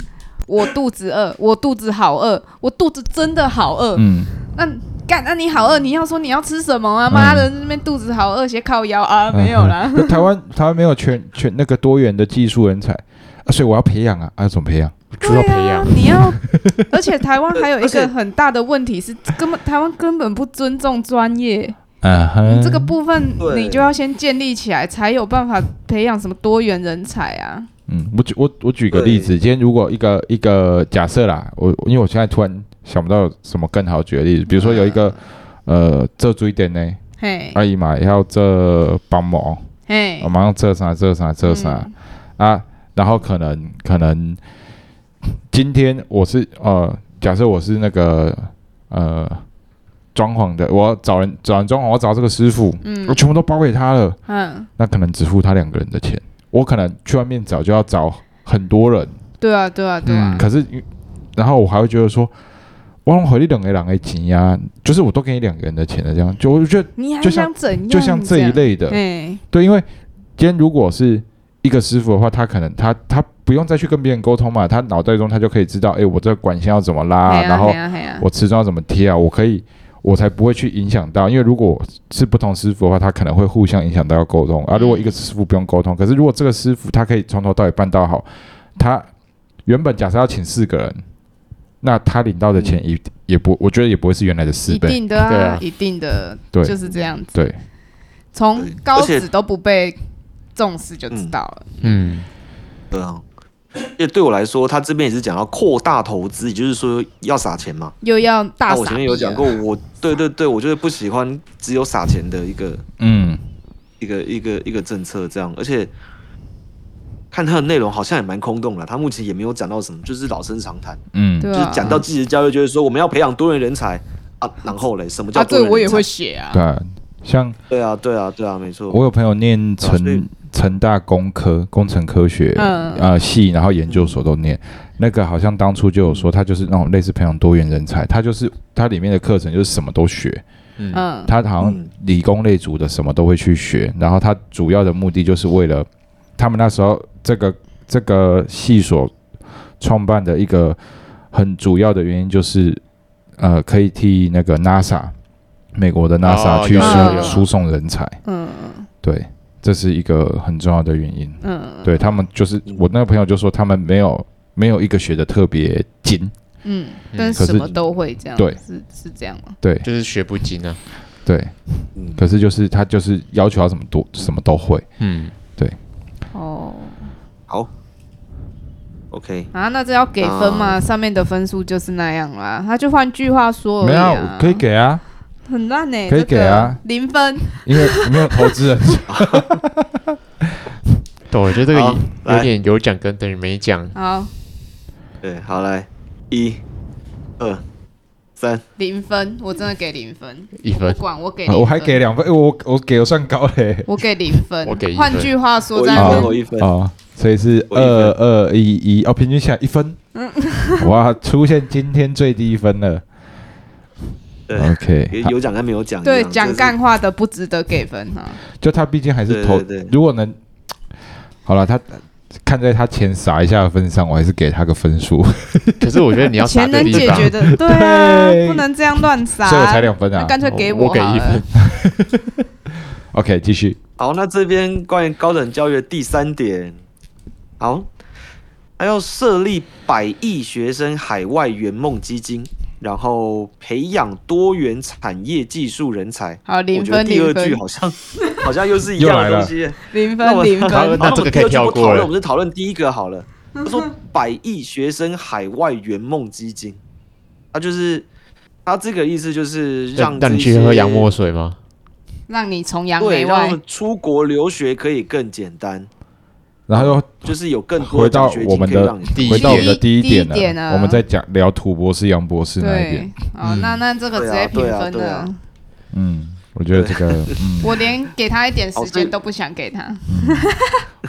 Speaker 2: 我肚子饿，我肚子好饿，我肚子真的好饿。
Speaker 4: 嗯，
Speaker 2: 那干，那你好饿，你要说你要吃什么啊？妈的，那边肚子好饿，写靠腰啊，
Speaker 4: 嗯
Speaker 2: 没有啦。
Speaker 4: 可台湾台湾没有全全那个多元的技术人才啊，所以我要培养啊，啊，怎么培养？
Speaker 3: 需要培养
Speaker 2: 啊，你要，而 且台湾还有一
Speaker 1: 而且
Speaker 2: 个很大的问题是，根本台湾根本不尊重专业，
Speaker 4: 嗯哼
Speaker 2: 这个部分
Speaker 1: 对
Speaker 2: 你就要先建立起来，才有办法培养什么多元人才啊。
Speaker 4: 嗯，我举我我举个例子，今天如果一个一个假设啦，我因为我现在突然想不到有什么更好举的例子，比如说有一个、
Speaker 2: 啊
Speaker 4: 呃这注意点呢，
Speaker 2: 嘿，
Speaker 4: 阿姨嘛要这帮忙，
Speaker 2: 嘿
Speaker 4: 我，马上这啥这啥哦这
Speaker 2: 嗯
Speaker 4: 啥、啊，然后可能可能今天我是呃假设我是那个呃装潢的，我要找人找人装潢，我找这个师傅，
Speaker 2: 嗯
Speaker 4: 我全部都包给他了，
Speaker 2: 嗯，
Speaker 4: 那可能只付他两个人的钱，我可能去外面找就要找很多人。
Speaker 2: 对啊，对啊，对啊
Speaker 3: 嗯，
Speaker 4: 可是，然后我还会觉得说，我用回你两个人的钱呀、就是我都给你两个人的钱了，这样就我就觉得
Speaker 2: 你还
Speaker 4: 就像
Speaker 2: 想怎样？
Speaker 4: 就像这一，类的，
Speaker 2: 嘿，
Speaker 4: 对，因为今天如果是一个师傅的话，他可能他他不用再去跟别人沟通嘛，他脑袋中他就可以知道，哎，我这个管线要怎么拉，
Speaker 2: 嘿啊
Speaker 4: 然后
Speaker 2: 嘿啊，嘿啊，
Speaker 4: 我瓷砖要怎么贴啊，我可以。我才不会去影响到，因为如果是不同师傅的话，他可能会互相影响到要沟通啊。如果一个师傅不用沟通，可是如果这个师傅他可以从头到尾办到好，他原本假设要请四个人，那他领到的钱也、也不，我觉得也不会是原来的四
Speaker 2: 嗯一
Speaker 4: 倍。
Speaker 2: 定的
Speaker 3: 对
Speaker 2: 啊
Speaker 3: 啊，
Speaker 2: 一定的，
Speaker 4: 对
Speaker 2: 就是这样子，
Speaker 4: 对，
Speaker 2: 从高
Speaker 1: 而且嗯
Speaker 2: 职都不被重视就知道了。
Speaker 3: 嗯，
Speaker 1: 对啊，而且对我来说，他这边也是讲要扩大投资，也就是说要撒钱嘛。
Speaker 2: 又要大啊
Speaker 1: 那
Speaker 2: 傻逼了。
Speaker 1: 我前面有讲过，我对对对，我就是不喜欢只有撒钱的一个
Speaker 4: 嗯，
Speaker 1: 一个一个一个政策这样，而且看它的内容好像也蛮空洞的，它目前也没有讲到什么，就是老生常谈，
Speaker 4: 嗯，
Speaker 2: 对
Speaker 1: 就
Speaker 2: 啊
Speaker 1: 是讲到技职教育，就是说我们要培养多元人才 啊，然后嘞，什么叫
Speaker 2: 啊，
Speaker 1: 多元
Speaker 2: 这
Speaker 1: 人
Speaker 2: 个
Speaker 1: 才？
Speaker 2: 我也会写啊。
Speaker 4: 对啊，像
Speaker 1: 对啊，对啊，对啊，没错。
Speaker 4: 我有朋友念
Speaker 1: 对啊所以
Speaker 4: 成成大工科工程科学
Speaker 2: 嗯
Speaker 4: 呃系，然后研究所都念，那个好像当初就有说，他就是那种类似培养多元人才，他就是他里面的课程就是什么都学，
Speaker 3: 嗯
Speaker 2: 嗯，
Speaker 4: 他好像
Speaker 1: 嗯
Speaker 4: 理工类组的什么都会去学，然后他主要的目的就是为了他们那时候这个这个系所创办的一个很主要的原因就是，呃，可以替那个 NASA 美国的 NASA
Speaker 3: 哦
Speaker 4: 去
Speaker 2: 有有
Speaker 4: 输
Speaker 2: 有
Speaker 4: 输送人才，
Speaker 2: 嗯
Speaker 4: 对，这是一个很重要的原因。
Speaker 2: 嗯
Speaker 4: 对他们就是
Speaker 1: 嗯
Speaker 4: 我那个朋友就说他们没有没有一个学的特别精，
Speaker 2: 嗯，但
Speaker 4: 可
Speaker 2: 是
Speaker 4: 是
Speaker 2: 什么都会这样，
Speaker 4: 对
Speaker 2: 是是这样吗？
Speaker 4: 对
Speaker 3: 就是学不精啊。
Speaker 4: 对，
Speaker 1: 嗯，
Speaker 4: 可是就是他就是要求他什么多什么都会，
Speaker 3: 嗯，
Speaker 2: 哦，
Speaker 1: 好，OK，
Speaker 2: 啊，那这要给分
Speaker 1: 啊
Speaker 2: 吗？上面的分数就是那样啦，他就换句话说而
Speaker 4: 没
Speaker 2: 已
Speaker 4: 有
Speaker 2: 啊，
Speaker 4: 可以给啊，
Speaker 2: 很烂呢，
Speaker 4: 可以给啊，
Speaker 2: 零分，
Speaker 4: 因为没有 投资人，，
Speaker 3: 对，我觉得这个
Speaker 1: 好
Speaker 3: 有有
Speaker 1: 来
Speaker 3: 点有讲跟等于没讲。
Speaker 2: 好，
Speaker 1: 对，好来，一、二、三，
Speaker 2: 零分，我真的给零分，
Speaker 3: 一分
Speaker 2: 我不管我给
Speaker 4: 我还
Speaker 2: 零分
Speaker 4: 给两分，哎我我给我算高嘞，
Speaker 2: 我给零分，
Speaker 3: 我给一分
Speaker 2: 换句话说，
Speaker 1: 我一
Speaker 2: 在
Speaker 1: 分，
Speaker 4: 哦
Speaker 1: 我一分，
Speaker 4: 哦，所以是
Speaker 1: 我
Speaker 4: 二
Speaker 1: 一分
Speaker 4: 二一一哦，平均下来一分，
Speaker 2: 嗯
Speaker 4: 哇，出现今天最低分了
Speaker 1: 对，
Speaker 4: ，OK，好
Speaker 1: 有讲跟没有讲一样。
Speaker 2: 对
Speaker 1: 这是
Speaker 2: 讲干话的不值得给分啊哈。
Speaker 4: 就他毕竟还是
Speaker 1: 对
Speaker 4: 投
Speaker 1: 对对，
Speaker 4: 如果能，好了，他看在他钱撒一下的份上，我还是给他个分数，
Speaker 3: 可是我觉得你要
Speaker 2: 钱
Speaker 3: 打对
Speaker 2: 能
Speaker 3: 地
Speaker 2: 解
Speaker 3: 方
Speaker 2: 决，的，对啊，
Speaker 4: 对
Speaker 2: 不能这样乱撒，
Speaker 4: 所以我才两分
Speaker 2: 那
Speaker 4: 啊。
Speaker 2: 干脆
Speaker 3: 我
Speaker 2: 给
Speaker 3: 我给
Speaker 2: 好
Speaker 3: 一
Speaker 2: 了
Speaker 3: 分。
Speaker 4: OK，继续。
Speaker 1: 好，那这边关于高等教育的第三点，好，还要设立百亿学生海外圆梦基金，然后培养多元产业技术人才。
Speaker 2: 好，
Speaker 1: 我
Speaker 2: 零
Speaker 1: 觉得
Speaker 2: 分
Speaker 1: 第二
Speaker 2: 零
Speaker 1: 句
Speaker 2: 分
Speaker 1: 好像 好像又是一样的东西。
Speaker 2: 零
Speaker 1: 那我
Speaker 2: 分零
Speaker 1: 好
Speaker 2: 分，
Speaker 3: 那这个可以跳过
Speaker 1: 我们第二句不讨
Speaker 3: 了
Speaker 1: 论，我们就讨论第一个好了。他说百亿学生海外圆梦基金，他就是他这个意思就是让
Speaker 3: 让让你
Speaker 1: 这
Speaker 3: 去喝
Speaker 1: 些
Speaker 3: 洋墨水吗？
Speaker 2: 让你崇洋
Speaker 1: 对，
Speaker 2: 媚
Speaker 1: 让他
Speaker 2: 外
Speaker 1: 们。出国留学可以更简单，
Speaker 4: 然后又
Speaker 1: 就是有更多的奖学金可以让你
Speaker 3: 第一
Speaker 4: 回到我们的
Speaker 3: 点
Speaker 4: 第一点
Speaker 2: 第一点啊
Speaker 4: 了，我们在讲聊土博士、杨博士那一嗯点
Speaker 2: 对。，哦，那那这个直接评分
Speaker 1: 对啊对啊
Speaker 2: 了
Speaker 1: 对，
Speaker 4: 嗯，我觉得这个， 嗯，
Speaker 2: 我连给他一点时
Speaker 1: 哦
Speaker 2: 间
Speaker 1: 是
Speaker 2: 都不想给他，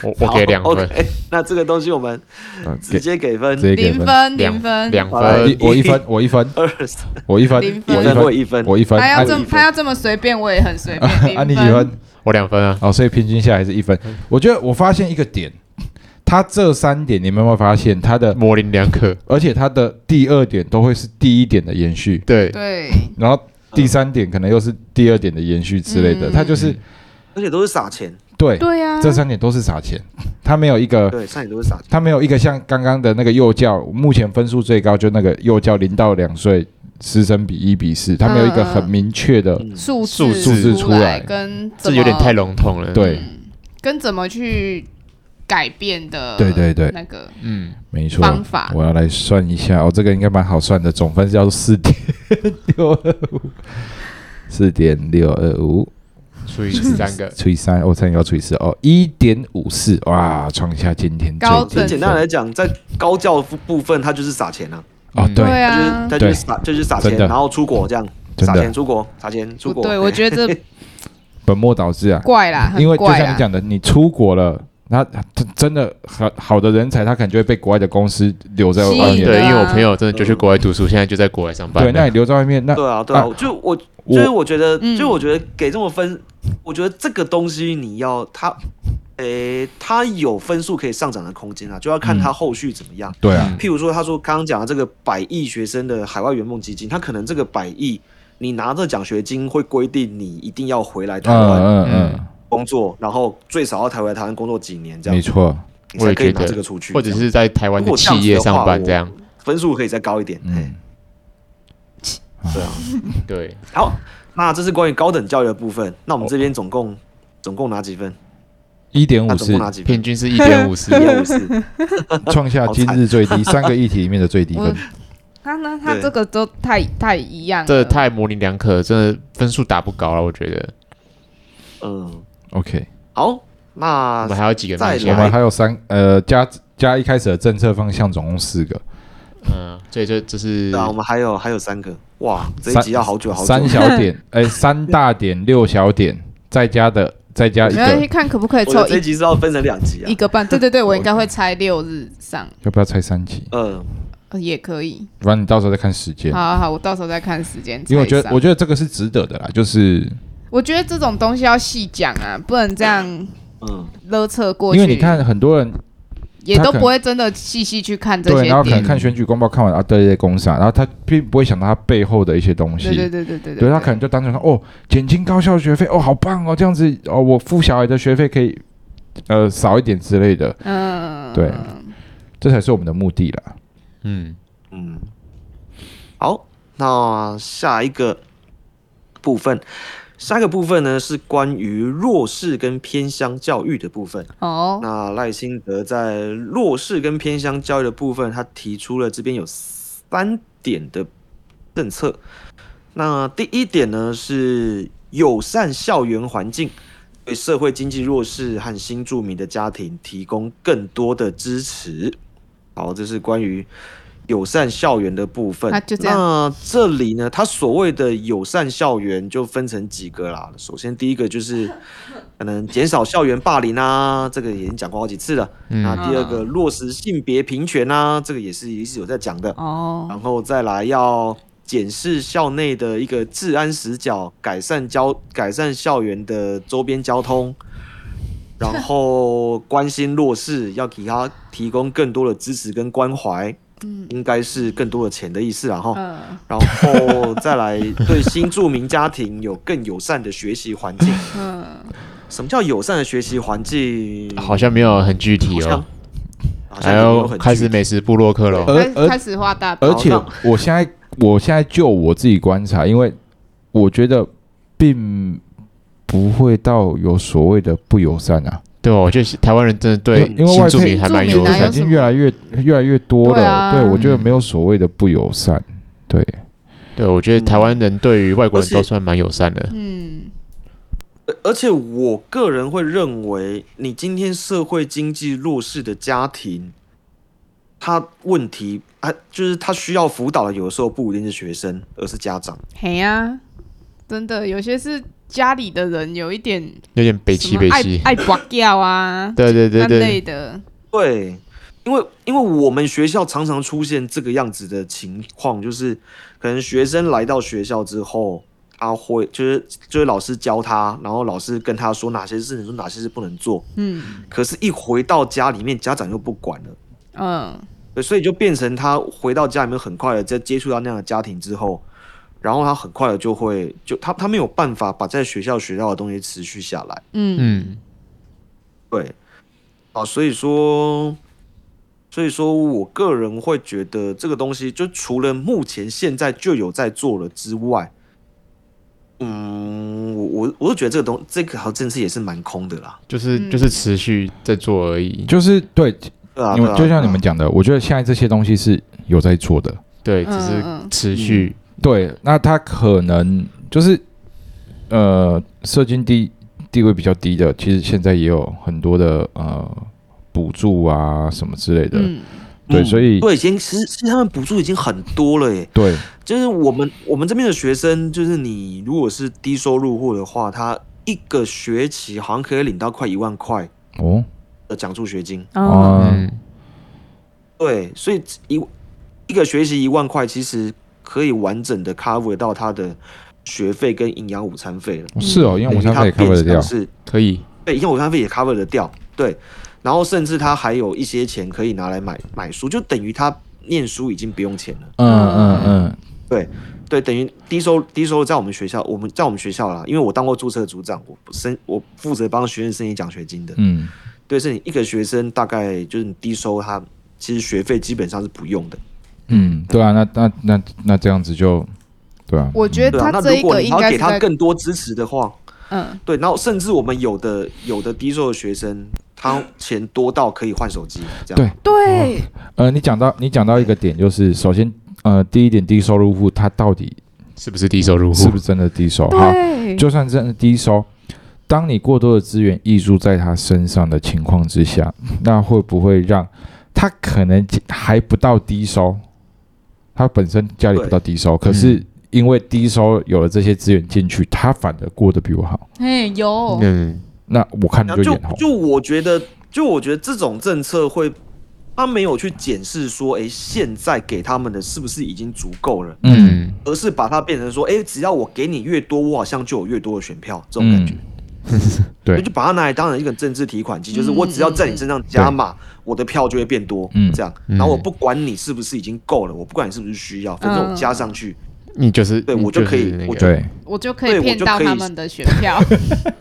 Speaker 3: 我我给两
Speaker 1: 好
Speaker 3: 分，
Speaker 1: OK，那这个东西我们
Speaker 4: 呃
Speaker 1: 直
Speaker 4: 给
Speaker 1: 接给分，
Speaker 4: 直接给
Speaker 2: 零
Speaker 4: 分。
Speaker 2: 分
Speaker 3: 两
Speaker 2: 零分，
Speaker 3: 两
Speaker 1: 好来
Speaker 4: 呃
Speaker 1: 分
Speaker 3: 分
Speaker 4: 一，我一分，我一分，
Speaker 1: 二三
Speaker 4: 我一分
Speaker 2: 零，
Speaker 1: 一
Speaker 2: 分
Speaker 4: 我一
Speaker 1: 分或
Speaker 4: 分，
Speaker 1: 一分，
Speaker 4: 我一分。
Speaker 2: 他要
Speaker 4: 啊
Speaker 2: 这么
Speaker 1: 零分
Speaker 2: 他要这么随便，我也很随便。
Speaker 4: 啊，你
Speaker 2: 零
Speaker 4: 几分？？
Speaker 3: 我两分啊。
Speaker 4: 哦，所以平均下来是一分。
Speaker 1: 嗯
Speaker 4: 我觉得我发现一个点，他这三点，你们有没有发现他的？
Speaker 3: 模棱两可，
Speaker 4: 而且他的第二点都会是第一点的延续。
Speaker 3: 对，
Speaker 2: 对，
Speaker 4: 然后第三点可能又是第二点的延续之类的，
Speaker 2: 嗯
Speaker 4: 他就是
Speaker 3: 嗯
Speaker 1: 而且都是撒钱，
Speaker 4: 对
Speaker 2: 对啊呀，
Speaker 4: 这三点都是撒钱，他没有一个
Speaker 1: 对，撒钱都是撒钱，
Speaker 4: 他没有一个像刚刚的那个幼教，目前分数最高就那个幼教零到两岁师生比一比四，他没有一
Speaker 2: 嗯
Speaker 4: 个
Speaker 2: 嗯嗯
Speaker 4: 很明确的
Speaker 1: 嗯
Speaker 2: 数
Speaker 3: 数
Speaker 2: 字
Speaker 4: 数字
Speaker 2: 出
Speaker 4: 出来
Speaker 2: 跟怎
Speaker 3: 这
Speaker 2: 么
Speaker 3: 有点太笼统
Speaker 2: 嗯
Speaker 3: 了。
Speaker 4: 对
Speaker 2: 跟怎么去改变的，
Speaker 4: 对对对
Speaker 2: 那个
Speaker 3: 嗯，
Speaker 4: 没错
Speaker 2: 方法
Speaker 4: 我要来算一下哦，这个应该蛮好算的，总分是要四点六二 五，四点六二五
Speaker 3: 除以十三个，
Speaker 4: 除以三，哦，三要除以四哦，一点五四，哇，创下今天最
Speaker 2: 高
Speaker 1: 其实
Speaker 4: 低
Speaker 2: 等
Speaker 4: 分
Speaker 1: 简单来讲，在高教部分，它就是撒钱啊，
Speaker 4: 哦，
Speaker 3: 嗯
Speaker 4: 对，
Speaker 1: 它就是它就
Speaker 2: 啊，
Speaker 1: 是
Speaker 4: 对
Speaker 1: 撒，就是撒钱，
Speaker 4: 真的
Speaker 1: 然后出国这样，
Speaker 4: 真
Speaker 1: 撒
Speaker 4: 的
Speaker 1: 钱出国，撒钱出
Speaker 2: 不
Speaker 1: 国，
Speaker 2: 对，我觉得这
Speaker 4: 本末倒置啊，
Speaker 2: 怪 啦，很
Speaker 4: 因为就
Speaker 2: 怪啊
Speaker 4: 像
Speaker 2: 啦
Speaker 4: 你。讲的，你出国了，那他真的很好的人才，他可能就会被国外的公司留在
Speaker 2: 吸引
Speaker 4: 外
Speaker 1: 哦
Speaker 2: 对
Speaker 4: 面。
Speaker 3: 对，
Speaker 2: 啊
Speaker 3: 因为我朋友真的就去国外读书，现在就在国外上班
Speaker 4: 对，
Speaker 3: 了。
Speaker 4: 那你留在外面，那
Speaker 1: 对啊，对啊，就我就是我觉得，
Speaker 2: 嗯
Speaker 1: 就是我觉得给这么分，我觉得这个东西你要它，诶，它有分数可以上涨的空间啊，就要
Speaker 4: 嗯
Speaker 1: 看它后续怎么样。
Speaker 4: 对啊，
Speaker 1: 譬如说，他说刚刚讲的这个百亿学生的海外圆梦基金，他可能这个百亿，你拿着奖学金会规定你一定要回来台湾
Speaker 4: 嗯
Speaker 3: 嗯
Speaker 4: 嗯
Speaker 1: 工作，然后最少要台回台湾工作几年这
Speaker 4: 嗯，
Speaker 1: 样
Speaker 4: 没，错，
Speaker 1: 你才可以拿这个出去，
Speaker 3: 或者是在台湾的企业上班这样。
Speaker 1: 分数可以再高一点。
Speaker 4: 嗯
Speaker 1: 嗯，，对啊。
Speaker 3: 对，
Speaker 1: 好，那这是关于高等教育的部分。那我们这边总共、总共拿几分？
Speaker 4: 一点
Speaker 1: 那
Speaker 4: 五
Speaker 1: 总
Speaker 4: 是
Speaker 1: 共哪几
Speaker 3: 平
Speaker 1: 分？
Speaker 3: 均是一 点五四，
Speaker 1: 一点五四，
Speaker 4: 创下今日最低，三个议题里面的最低
Speaker 2: 我
Speaker 4: 分。
Speaker 2: 他呢，他
Speaker 1: 对
Speaker 2: 这个都太太一样了，
Speaker 3: 这太模棱两可，真的分数打不高了，我觉得。
Speaker 1: 嗯，
Speaker 4: OK，
Speaker 1: 好，
Speaker 3: 我
Speaker 1: 那
Speaker 3: 们还有几个面
Speaker 4: 我
Speaker 1: 啊再
Speaker 3: 向
Speaker 1: 来，
Speaker 4: 们还有三呃加加一开始的政策方向，总共四个，
Speaker 3: 嗯，所以这这是
Speaker 1: 对啊，我们还有还有三个，哇，这一
Speaker 4: 三
Speaker 1: 集要好久好久。
Speaker 4: 三小点，哎，三大点，六小点，再加的再加一
Speaker 2: 没关系，
Speaker 4: 个，
Speaker 2: 看可不可以
Speaker 1: 我
Speaker 2: 凑
Speaker 1: 的这一
Speaker 2: 一
Speaker 1: 集是要分成两集啊
Speaker 2: 一。个半。对对 对，我应该会猜六日上，
Speaker 4: 要不要拆三集？
Speaker 1: 嗯，
Speaker 2: 呃也可以。
Speaker 4: 不然你到时候再看时间
Speaker 2: 好，好好，我到时候再看时间。
Speaker 4: 因为我觉
Speaker 2: 猜
Speaker 4: 得
Speaker 2: 上
Speaker 4: 我觉得这个是值得的啦，就是
Speaker 2: 我觉得这种东西要细讲啊，不能这样
Speaker 1: 嗯，
Speaker 2: 勒扯过去。
Speaker 4: 因为你看很多人
Speaker 2: 也
Speaker 4: 他
Speaker 2: 都
Speaker 4: 可
Speaker 2: 不会真的细细去看这
Speaker 4: 对，然
Speaker 2: 些
Speaker 4: 后可能
Speaker 2: 点。
Speaker 4: 看选举公报看完啊，对对对，公傻，然后他并不会想到他背后的一些东西，
Speaker 2: 对对对对对
Speaker 4: 对他可能就单纯看哦，减轻高校学费哦，好棒哦，这样子哦，我付小孩的学费可以呃少一点之类的，
Speaker 2: 嗯，
Speaker 4: 对这才是我们的目的啦。
Speaker 3: 嗯，
Speaker 1: 嗯，好，那下一个部分，下一个部分呢是关于弱势跟偏乡教育的部分。
Speaker 2: 哦，
Speaker 1: 那赖清德在弱势跟偏乡教育的部分，他提出了这边有三点的政策。那第一点呢是友善校园环境，对社会经济弱势和新住民的家庭提供更多的支持。好，这是关于友善校园的部分。
Speaker 2: 那啊就这样
Speaker 1: 那这里呢，它所谓的友善校园就分成几个啦。首先第一个就是可能减少校园霸凌啊，这个已经讲过好几次了。那第二个落实性别平权啊，这个也是一直有在讲的。
Speaker 2: 哦，
Speaker 1: 然后再来要检视校内的一个治安死角，改善交改善校园的周边交通，然后关心弱势，要给他提供更多的支持跟关怀，
Speaker 2: 嗯
Speaker 1: 应该是更多的钱的意思啦哈。
Speaker 2: 嗯
Speaker 1: 然后再来对新住民家庭有更友善的学习环境。
Speaker 2: 嗯，
Speaker 1: 什么叫友善的学习环境？
Speaker 3: 好像没有很具
Speaker 1: 嗯
Speaker 3: 体
Speaker 1: 好像
Speaker 3: 哦。
Speaker 1: 好像
Speaker 3: 还
Speaker 1: 也没有
Speaker 3: 有
Speaker 1: 很
Speaker 3: 开始
Speaker 1: 具体
Speaker 3: 美食部落客喽，
Speaker 4: 而
Speaker 2: 开
Speaker 4: 而
Speaker 2: 开始画大饼
Speaker 4: 而且我现在我现在就我自己观察，因为我觉得并不会到有所谓的不友善啊，
Speaker 3: 对哦，我觉得台湾人真的对
Speaker 4: 因为因为
Speaker 3: 新
Speaker 4: 外
Speaker 3: 住
Speaker 4: 配
Speaker 3: 民还蛮
Speaker 2: 新住
Speaker 3: 友
Speaker 2: 民哪
Speaker 4: 现
Speaker 2: 有
Speaker 3: 善的，
Speaker 4: 在已经越来越越来越多
Speaker 2: 对
Speaker 4: 了，
Speaker 2: 啊
Speaker 4: 对我
Speaker 1: 嗯
Speaker 4: 觉得没有所谓的不友善，对。
Speaker 3: 对我觉得台湾人对于外国人都算蛮友善的，
Speaker 2: 嗯，
Speaker 1: 而而且我个人会认为，你今天社会经济弱势的家庭，他问题啊，就是他需要辅导的，有的时候不一定是学生，而是家长。
Speaker 2: 嘿呀，真的有些是家里的人有一点
Speaker 3: 有点北
Speaker 2: 什
Speaker 3: 七
Speaker 2: 么
Speaker 3: 北
Speaker 2: 爱
Speaker 3: 七，
Speaker 2: 爱拔掉啊
Speaker 3: 对对对
Speaker 2: 那
Speaker 3: 对，
Speaker 2: 类的，
Speaker 1: 对，因为因为我们学校常常出现这个样子的情况，就是可能学生来到学校之后，他会就是就是老师教他，然后老师跟他说哪些事情，说哪些事不能做，
Speaker 2: 嗯
Speaker 1: 可是一回到家里面，家长又不管了。
Speaker 2: 嗯，
Speaker 1: 对，所以就变成他回到家里面，很快的在接触到那样的家庭之后，然后他很快的就会就他他没有办法把在学校学到的东西持续下来，
Speaker 2: 嗯
Speaker 3: 嗯，
Speaker 1: 对，啊，所以说，所以说我个人会觉得这个东西，就除了目前现在就有在做了之外，嗯，我我我就觉得这个东这个好像真是也是蛮空的啦，
Speaker 3: 就是
Speaker 2: 嗯
Speaker 3: 就是持续在做而已，
Speaker 4: 就是对，
Speaker 1: 对啊，
Speaker 4: 你
Speaker 1: 对
Speaker 4: 们
Speaker 1: 啊
Speaker 4: 就像你们，讲的，我觉得现在这些东西是有在做的。
Speaker 3: 对，
Speaker 2: 嗯
Speaker 3: 只是
Speaker 2: 嗯
Speaker 3: 持续，
Speaker 4: 对，那他可能就是呃，社经地地位比较低的，其实现在也有很多的呃补助啊什么之类的。
Speaker 2: 嗯，
Speaker 1: 对啊
Speaker 4: 对，所以
Speaker 1: 对，已经其实其实他们补助已经很多了耶，
Speaker 4: 对
Speaker 1: 就是我们我们这边的学生，就是你如果是低收入户的话，他一个学期好像可以领到快一万块
Speaker 4: 哦
Speaker 1: 的奖助学金。
Speaker 2: 哦，
Speaker 4: 啊、
Speaker 3: 嗯，
Speaker 1: 对，所以一一个学期一万块，其实可以完整的 cover 到他的学费跟营养午餐费了。
Speaker 2: 嗯
Speaker 4: 是哦，因为
Speaker 1: 等
Speaker 4: 我现
Speaker 1: 于他
Speaker 4: 在也
Speaker 1: 嗯变
Speaker 4: cover 得
Speaker 1: 相
Speaker 4: 掉。
Speaker 1: 是
Speaker 3: 可以，
Speaker 1: 对，营养午餐费也 cover 得掉。对，然后甚至他还有一些钱可以拿来买买书，就等于他念书已经不用钱了。
Speaker 4: 嗯嗯嗯，
Speaker 1: 对，等于低收低收入在我们学校，我们在我们学校啦，因为我当过注册组长，我申我负责帮学生申请奖学金的。
Speaker 4: 嗯，
Speaker 1: 对，是你一个学生大概就是你低收他，其实学费基本上是不用的。
Speaker 4: 嗯，对啊，那那那那这样子就对啊，
Speaker 2: 我觉得
Speaker 1: 对啊，
Speaker 2: 他
Speaker 1: 那
Speaker 2: 这
Speaker 1: 如
Speaker 2: 一
Speaker 1: 果
Speaker 2: 个
Speaker 1: 你
Speaker 2: 应
Speaker 1: 要
Speaker 2: 该
Speaker 1: 给
Speaker 2: 是
Speaker 1: 他
Speaker 2: 在
Speaker 1: 更多支持的话，
Speaker 2: 嗯，
Speaker 1: 对，然后甚至我们有的有的低收的学生，他钱多到可以换手机，这样
Speaker 4: 对
Speaker 2: 对，
Speaker 4: 呃，你讲到你讲到一个点，就是首先，呃，第一点，低收入户他到底
Speaker 3: 是不是低收入户？
Speaker 4: 是不是真的低收？哦好，
Speaker 2: 对，
Speaker 4: 就算真的低收，当你过多的资源溢注在他身上的情况之下，那会不会让他可能还不到低收？他本身家里不到低收，可是
Speaker 1: 嗯
Speaker 4: 因为低收有了这些资源进去，他反而过得比我好。
Speaker 2: 哎有，
Speaker 3: 嗯，
Speaker 4: 那我看
Speaker 1: 然后
Speaker 4: 你就
Speaker 1: 就
Speaker 4: 眼红。
Speaker 1: 就我觉得，就我觉得这种政策会，他没有去检视说，诶，现在给他们的是不是已经足够了，
Speaker 4: 嗯
Speaker 3: 嗯
Speaker 1: 而是把它变成说，诶，只要我给你越多，我好像就有越多的选票，这种感
Speaker 4: 嗯
Speaker 1: 觉。，
Speaker 4: 对
Speaker 1: 我就把它拿来当成一个政治提款机，就是
Speaker 2: 嗯
Speaker 1: 我只要在你身上加码，我的票就会变多，
Speaker 4: 嗯
Speaker 1: 这样。
Speaker 3: 嗯
Speaker 1: 然后我不管你是不是已经够了，我不管你是不是需要，反正
Speaker 2: 嗯
Speaker 1: 我加上去，
Speaker 3: 你就是
Speaker 1: 对
Speaker 3: 你
Speaker 1: 我就可以
Speaker 3: 是那
Speaker 1: 我
Speaker 3: 个
Speaker 1: 就
Speaker 4: 对，
Speaker 2: 我就可以
Speaker 1: 对
Speaker 2: 骗
Speaker 1: 我就
Speaker 2: 到
Speaker 1: 可以
Speaker 2: 他们的选 票，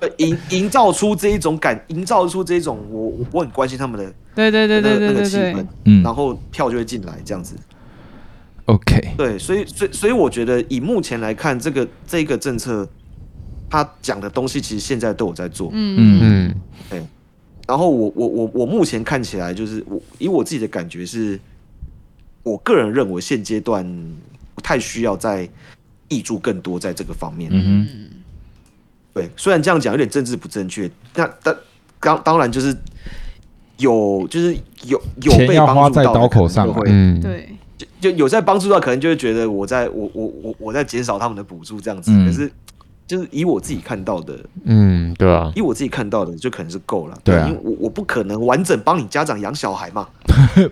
Speaker 1: 呃营营造出这一种感，营造出这一种我我我很关心他们的
Speaker 2: 对对对
Speaker 1: 那
Speaker 2: 对
Speaker 1: 个
Speaker 2: 对
Speaker 1: 那个
Speaker 2: 对
Speaker 1: 气
Speaker 2: 对
Speaker 1: 氛，，
Speaker 4: 嗯
Speaker 1: 然后票就会进来这样子。
Speaker 4: ，OK，
Speaker 1: 对，所以所以所以我觉得以目前来看，这个这个政策，他讲的东西其实现在都有在做，
Speaker 2: 嗯
Speaker 4: 嗯
Speaker 3: 嗯
Speaker 1: 然后我我我我目前看起来就是我以我自己的感觉是，我个人认为现阶段不太需要再挹注更多在这个方面。
Speaker 4: 嗯哼，
Speaker 1: 对，虽然这样讲有点政治不正确，那但当当然就是有就是有有
Speaker 4: 钱
Speaker 1: 被
Speaker 4: 要
Speaker 1: 帮
Speaker 4: 花
Speaker 1: 助
Speaker 4: 在
Speaker 1: 到的
Speaker 4: 刀
Speaker 1: 可能
Speaker 4: 口上
Speaker 1: 就
Speaker 4: 啊
Speaker 1: 会
Speaker 3: 嗯，
Speaker 2: 对，
Speaker 1: 就有在帮助到，可能就会觉得我在我我我我在减少他们的补助这样子。
Speaker 4: 嗯
Speaker 1: 可是就是以我自己看到的，
Speaker 3: 嗯，对啊，
Speaker 1: 以我自己看到的，就可能是够了。
Speaker 4: 对啊
Speaker 1: 因为我我不可能完整帮你家长养小孩 嘛，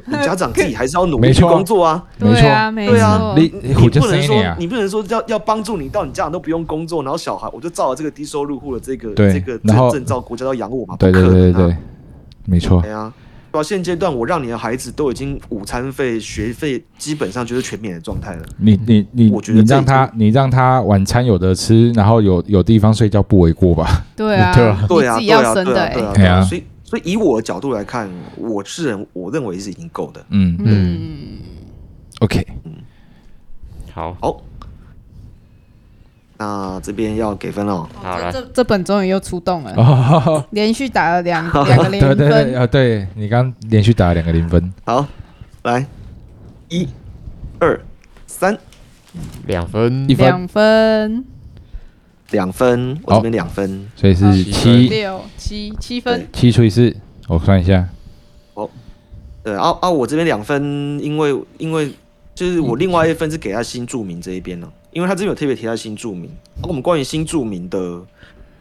Speaker 1: 你家长自己还是要努力
Speaker 4: 没
Speaker 1: 去
Speaker 4: 错啊
Speaker 1: 工作啊。
Speaker 4: 没
Speaker 2: 对啊
Speaker 4: 错，
Speaker 2: 没
Speaker 1: 对啊
Speaker 2: 错，
Speaker 4: 你
Speaker 1: 你
Speaker 4: 虎
Speaker 1: 不
Speaker 4: 就
Speaker 1: 能
Speaker 4: 生你
Speaker 1: 说
Speaker 4: 啊，
Speaker 1: 你不能说要要帮助你到你家长都不用工作，然后小孩我就照了这个低收入户的这个
Speaker 4: 对
Speaker 1: 这个
Speaker 4: 然后
Speaker 1: 证照，国家都养我嘛？
Speaker 4: 对
Speaker 1: 不
Speaker 4: 对
Speaker 1: 可能
Speaker 4: 对对
Speaker 1: 啊
Speaker 4: 对，没错
Speaker 1: 对，啊，对啊，现阶段我让你的孩子都已经午餐费、学费基本上就是全免的状态了。
Speaker 4: 你你你
Speaker 1: 嗯我觉得
Speaker 4: 你
Speaker 1: 这
Speaker 4: 让
Speaker 1: 已
Speaker 4: 他你让他晚餐有得吃，然后有有地方睡觉不为过吧？
Speaker 2: 对啊，
Speaker 3: 对啊
Speaker 1: 对啊，
Speaker 2: 你自己
Speaker 1: 对啊，
Speaker 2: 要生
Speaker 1: 对
Speaker 2: 的
Speaker 1: 啊，对
Speaker 2: 欸，
Speaker 1: 啊，
Speaker 4: 哎
Speaker 1: 对啊。
Speaker 4: 呀
Speaker 1: 所以，所以以我的角度来看，我是认我认为是已经够的。
Speaker 4: 嗯
Speaker 2: 嗯，
Speaker 4: ，OK，
Speaker 3: 好，
Speaker 1: 好，那这边要给分了。哦
Speaker 3: 好
Speaker 2: 这
Speaker 3: 了
Speaker 2: 这这本终于又出动
Speaker 1: 嗯
Speaker 2: 了，
Speaker 4: 哦，
Speaker 2: 连续打 了两两个
Speaker 4: 对
Speaker 2: 零
Speaker 4: 对对
Speaker 2: 分，
Speaker 4: 啊，对你刚连续打了两个零分，
Speaker 1: 好，来，一、二、三，
Speaker 3: 两分
Speaker 4: 一，分，
Speaker 2: 两分
Speaker 1: 两分，我
Speaker 4: 好
Speaker 1: 这边两分。
Speaker 4: 所以是
Speaker 3: 七
Speaker 4: 七
Speaker 2: 哦六七七分，
Speaker 4: 七除以四，我算一下，
Speaker 1: 对，啊啊，我这边两分，因为因为就是我另外一分是给他新住民这一边呢、因为他这边有特别提到新住民。啊、我们关于新住民的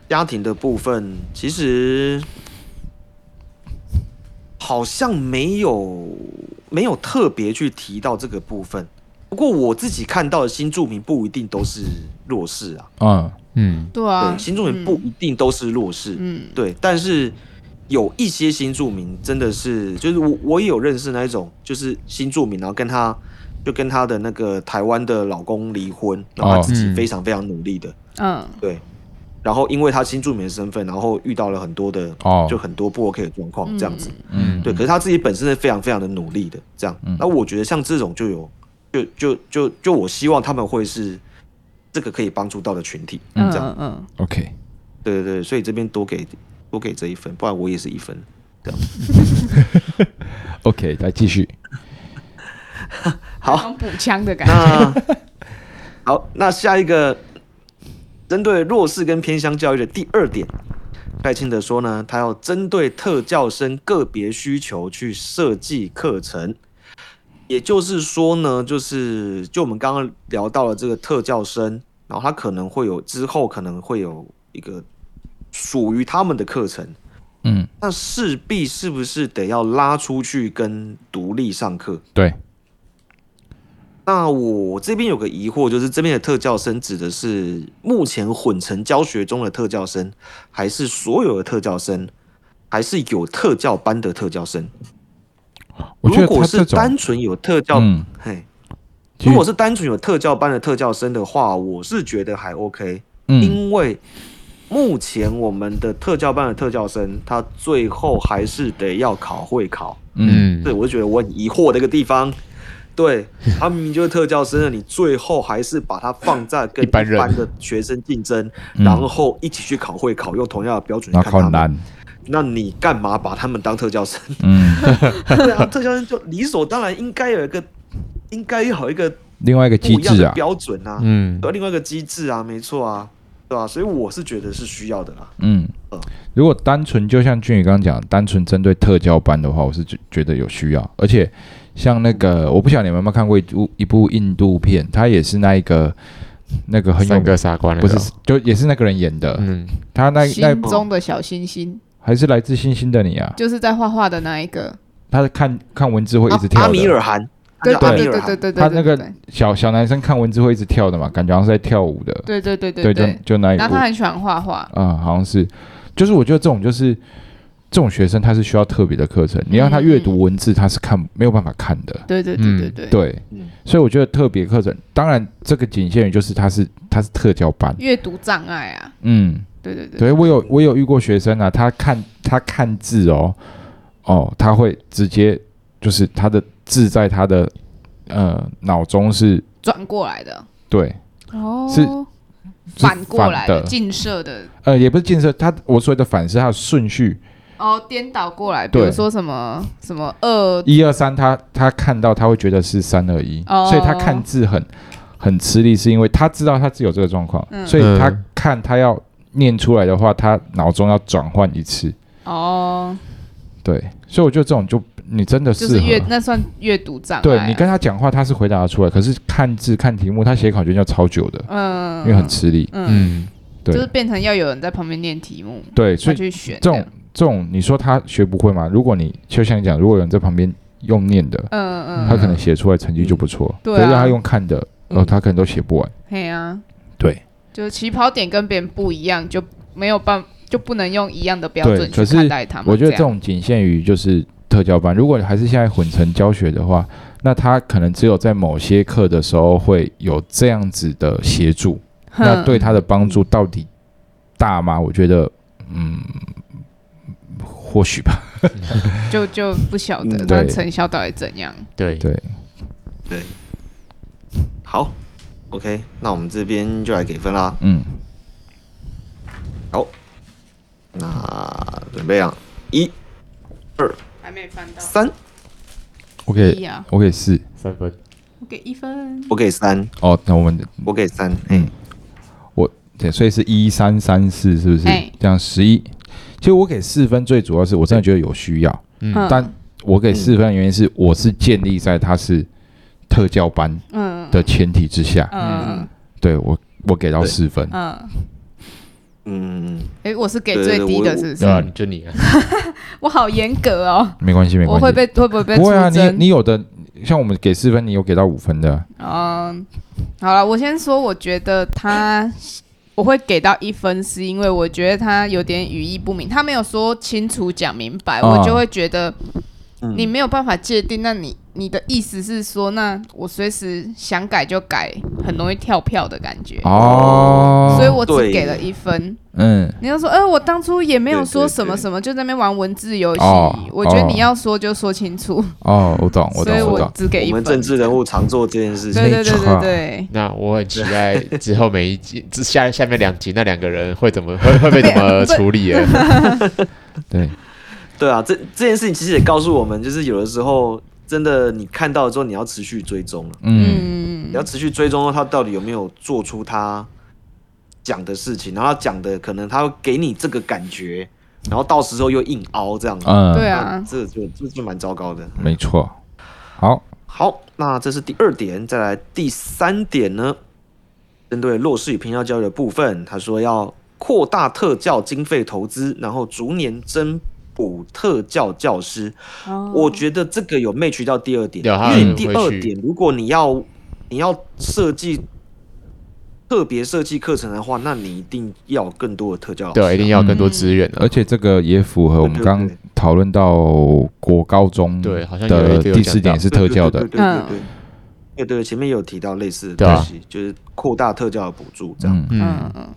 Speaker 1: 家庭的部分，其实好像没有没有特别去提到这个部分。不过我自己看到的新住民不一定都是弱势啊，
Speaker 4: 嗯
Speaker 3: 嗯
Speaker 2: 对啊，
Speaker 1: 对，新住民
Speaker 2: 嗯
Speaker 1: 不，一定都是弱势，
Speaker 2: 嗯
Speaker 1: 对，但是有一些新住民真的是，就是我我也有认识那一种，就是新住民，然后跟她就跟她的那个台湾的老公离婚，然后她
Speaker 4: 哦
Speaker 1: 自己
Speaker 3: 嗯
Speaker 1: 非常非常努力的，
Speaker 2: 嗯，
Speaker 1: 对，然后因为她新住民的身份，然后遇到了很多的
Speaker 4: 哦
Speaker 1: 就很多不 OK 的状况，这样子，
Speaker 4: 嗯，
Speaker 1: 对，可是她自己本身是非常非常的努力的，这样，那我觉得像这种就有，就就就就我希望他们会是这个可以帮助到的群体，
Speaker 2: 嗯
Speaker 1: 这样。
Speaker 2: 嗯嗯，
Speaker 4: ，OK，
Speaker 1: 对对对，所以这边多给多给这一分，不然我也是一分。
Speaker 4: OK，来继续，
Speaker 1: 好
Speaker 2: 那种补枪的感觉，
Speaker 1: 那 好，那下一个针对弱势跟偏乡教育的第二点，赖清德说呢，他要针对特教生个别需求去设计课程。也就是说呢，就是就我们刚刚聊到了这个特教生，然后他可能会有之后可能会有一个属于他们的课程，
Speaker 4: 嗯，
Speaker 1: 那势必是不是得要拉出去跟独立上课？
Speaker 4: 对，
Speaker 1: 那我这边有个疑惑，就是这边的特教生指的是目前混成教学中的特教生，还是所有的特教生，还是有特教班的特教生？
Speaker 4: 我觉
Speaker 1: 如
Speaker 4: 得
Speaker 1: 果
Speaker 4: 他
Speaker 1: 是
Speaker 4: 这
Speaker 1: 单
Speaker 4: 种，
Speaker 1: 纯有特教，
Speaker 4: 嗯，
Speaker 1: 嘿，
Speaker 4: 其实
Speaker 1: 如果是单纯有特教班的特教生的话，我是觉得还 OK，、
Speaker 4: 嗯，
Speaker 1: 因为目前我们的特教班的特教生，他最后还是得要考会考。
Speaker 4: 嗯，
Speaker 1: 对，我就觉得我很疑惑的一个地方。 对，他明明就是特教生啊了，你最后还是把它放在跟
Speaker 3: 一般人
Speaker 1: 的学生竞争，
Speaker 4: 嗯
Speaker 1: 然后一起去考会考，用同样的标准去
Speaker 4: 然
Speaker 1: 看
Speaker 4: 后考
Speaker 1: 他
Speaker 4: 很
Speaker 1: 们。那
Speaker 4: 烂，
Speaker 1: 你干嘛把他们当特教 生？
Speaker 4: 嗯，
Speaker 1: 对啊，特教生就理所当然应该有一个，应该有一个
Speaker 4: 另外一个
Speaker 1: 不
Speaker 4: 机
Speaker 1: 一样
Speaker 4: 制
Speaker 1: 的
Speaker 4: 啊，
Speaker 1: 标准啊，
Speaker 3: 嗯，
Speaker 1: 对，另外一个机制啊，没错啊，对吧、所以我是觉得是需要的啦。
Speaker 4: 嗯
Speaker 1: 呃，
Speaker 4: 如果单纯就像俊宇刚刚讲，单纯针对特教班的话，我是觉觉得有需要。而且像那个，我不晓得你们有没有看过一部一部印度片，它也是那一个那个很有
Speaker 3: 三个傻瓜那
Speaker 4: 不
Speaker 3: 个，
Speaker 4: 是就也是那个人演的，
Speaker 3: 嗯，
Speaker 4: 他那那
Speaker 2: 心中的小星星，
Speaker 4: 还是来自星星的你啊，
Speaker 2: 就是在画画的那一个，
Speaker 4: 他看看文字会一直跳
Speaker 1: 阿
Speaker 4: 的，
Speaker 1: 米尔汗，他
Speaker 2: 对
Speaker 1: 叫
Speaker 2: 对
Speaker 1: 啊阿米
Speaker 2: 对
Speaker 1: 尔
Speaker 2: 对
Speaker 1: 汗
Speaker 2: 对对对，
Speaker 4: 他那个
Speaker 2: 对
Speaker 4: 小小男生看文字会一直跳的嘛，感觉好像是在跳舞的，
Speaker 2: 对对对对对
Speaker 4: 就，就那一部
Speaker 2: 然后他很喜欢画画，
Speaker 4: 啊、好像是，就是我觉得这种就是这种学生他是需要特别的课
Speaker 2: 嗯
Speaker 4: 程，你让他阅读文字他是看没有办法看的，
Speaker 2: 对对对对对，
Speaker 4: 对，
Speaker 1: 嗯
Speaker 4: 所以我觉得特别课程，当然这个仅限于就是他是他是特教班，
Speaker 2: 阅读障碍啊，
Speaker 4: 嗯，
Speaker 2: 对对对，
Speaker 4: 对我有我有遇过学生啊，他看他看字哦，哦，他会直接就是他的字在他的呃脑中是
Speaker 2: 转过来的
Speaker 4: 对
Speaker 2: 哦，
Speaker 4: 是是
Speaker 2: 反过来
Speaker 4: 的
Speaker 2: 的，，近射的
Speaker 4: 呃，也不是近射，他我所谓的反是他的顺序，
Speaker 2: 哦，颠倒过来，比如
Speaker 4: 对
Speaker 2: 说什么什么二
Speaker 4: 一二三，他他看到他会觉得是三二一，
Speaker 2: 哦
Speaker 4: 所以他看字很很吃力，是因为他知道他自己有这个状况，
Speaker 2: 嗯
Speaker 4: 所以他
Speaker 3: 嗯
Speaker 4: 看他要念出来的话，他脑中要转换一次。
Speaker 2: 哦，
Speaker 4: 对，所以我觉得这种就你真的适
Speaker 2: 就
Speaker 4: 合。
Speaker 2: 是阅那算阅读障碍啊，
Speaker 4: 对你跟他讲话，他是回答得出来，可是看字看题目，他写考卷要超久的，
Speaker 2: 嗯，
Speaker 4: 因为很吃力。
Speaker 2: 嗯，
Speaker 3: 嗯，
Speaker 4: 对、
Speaker 2: 就是变成要有人在旁边念题目，
Speaker 4: 对，
Speaker 2: 他
Speaker 4: 所以
Speaker 2: 去选
Speaker 4: 这
Speaker 2: 样
Speaker 4: 种这种你说他学不会吗？如果你就像你讲，如果有人在旁边用念的，
Speaker 2: 嗯嗯，
Speaker 4: 他可能写出来成绩就不错，
Speaker 2: 对啊
Speaker 4: 可是他用看的，哦，
Speaker 2: 嗯
Speaker 4: 他可能都写不完。
Speaker 2: 嘿啊，
Speaker 4: 对
Speaker 2: 就是起跑点跟别人不一样，就没有办，就不能用一样的标
Speaker 4: 对
Speaker 2: 准去
Speaker 4: 可是
Speaker 2: 看待他们。
Speaker 4: 我觉得这
Speaker 2: 啊样
Speaker 4: 种仅限于就是特教班，如果还是现在混成教学的话，那他可能只有在某些课的时候会有这样子的协助，
Speaker 2: 哼
Speaker 4: 那对他的帮助到底大吗？我觉得，嗯，或许吧。
Speaker 2: 就就不晓得
Speaker 4: 嗯
Speaker 2: 那
Speaker 4: 对
Speaker 2: 成效到底怎样。
Speaker 3: 对，
Speaker 4: 对，
Speaker 1: 好，OK，那我们这边就来给分啦。
Speaker 4: 嗯，
Speaker 1: 那准备啊，一、
Speaker 2: 还没翻到
Speaker 1: 三，
Speaker 4: 我
Speaker 2: 一
Speaker 4: 给
Speaker 2: 啊，
Speaker 4: 我给四
Speaker 3: 三分，
Speaker 2: 我给一分。
Speaker 1: 我给三，
Speaker 4: 哦，那我们
Speaker 1: 我给三，
Speaker 4: 嗯，我对，所以是一三三四，是不是？
Speaker 2: 哎
Speaker 4: 这样十一。其实我给四分，最主要是我真的觉得有需要。
Speaker 2: 嗯
Speaker 4: 但我给四分的原因是，我是建立在他是特教班
Speaker 2: 嗯
Speaker 4: 的前提之下，
Speaker 2: 嗯
Speaker 4: 对我我给到四分。
Speaker 2: 嗯，
Speaker 1: 嗯，
Speaker 2: 哎，我是给
Speaker 1: 对对
Speaker 2: 最低的，
Speaker 1: 我
Speaker 2: 是不是
Speaker 3: 对？啊，就你啊，
Speaker 2: 我好严格哦，
Speaker 4: 没关系，没
Speaker 2: 我
Speaker 4: 关
Speaker 2: 会
Speaker 4: 系，
Speaker 2: 被会不会被
Speaker 4: 不会啊。
Speaker 2: 出
Speaker 4: 你
Speaker 2: 征？
Speaker 4: 你有的像我们给四分，你有给到五分的，
Speaker 2: 嗯，好了，我先说，我觉得他我会给到一分，是因为我觉得他有点语义不明，他没有说清楚讲明白，
Speaker 4: 啊
Speaker 2: 我就会觉得
Speaker 1: 嗯
Speaker 2: 你没有办法界定。那你你的意思是说，那我随时想改就改，很容易跳票的感觉。
Speaker 4: 哦，
Speaker 2: 所以我只
Speaker 1: 对
Speaker 2: 给了一分。
Speaker 4: 嗯
Speaker 2: 你要说，呃，我当初也没有说
Speaker 1: 对对
Speaker 2: 什么
Speaker 1: 对
Speaker 2: 什么，就在那边玩文字游戏。
Speaker 4: 哦
Speaker 2: 我觉得
Speaker 4: 哦
Speaker 2: 你要说就说清楚，
Speaker 4: 哦，我懂，我
Speaker 2: 所以
Speaker 4: 懂，
Speaker 2: 我
Speaker 4: 懂。
Speaker 2: 只给一
Speaker 1: 我们
Speaker 2: 分。
Speaker 1: 政治人物常做这件事情
Speaker 2: 对，对对
Speaker 4: 没错
Speaker 2: 对对。
Speaker 3: 那我很期待之后每一集，之下下面两集那两个人会怎么会会被怎么处理啊？
Speaker 4: 对，
Speaker 1: 对啊，这这件事情其实也告诉我们，就是有的时候真的你看到了之后，你要持续追踪了，啊
Speaker 4: 嗯
Speaker 1: 你
Speaker 2: 嗯
Speaker 1: 要持续追踪他到底有没有做出他讲的事情，然后他讲的可能他会给你这个感觉，然后到时候又硬凹这样子，
Speaker 4: 嗯，
Speaker 2: 对
Speaker 1: 那
Speaker 2: 啊
Speaker 1: 这就这就蛮糟糕的。
Speaker 4: 没错。好，
Speaker 1: 好，那这是第二点，再来第三点呢？针对弱势与偏向教育的部分，他说要扩大特教经费投资，然后逐年增补特教教师。
Speaker 2: 哦
Speaker 1: 我觉得这个有 match 到第二点，
Speaker 3: 有他
Speaker 1: 因为
Speaker 3: 有
Speaker 1: 第
Speaker 3: 回
Speaker 1: 二
Speaker 3: 去
Speaker 1: 点，如果你要你要设计特别设计课程的话，那你一定要有更多的特教老师、
Speaker 3: 对，一定要有更多资源
Speaker 4: 而
Speaker 3: 啊。
Speaker 4: 且这个也符合我们
Speaker 1: 对对
Speaker 4: 刚
Speaker 1: 对
Speaker 4: 讨论到国高中
Speaker 3: 对好像有
Speaker 4: 的
Speaker 3: 一个有
Speaker 4: 第
Speaker 3: 讲
Speaker 4: 四点
Speaker 3: 到
Speaker 4: 是特教的
Speaker 1: 对，对对对对对对对，前面有提到类似的
Speaker 3: 对啊
Speaker 1: 东西，就是扩大特教的补助这样。
Speaker 3: 嗯
Speaker 4: 嗯，
Speaker 2: 嗯，嗯，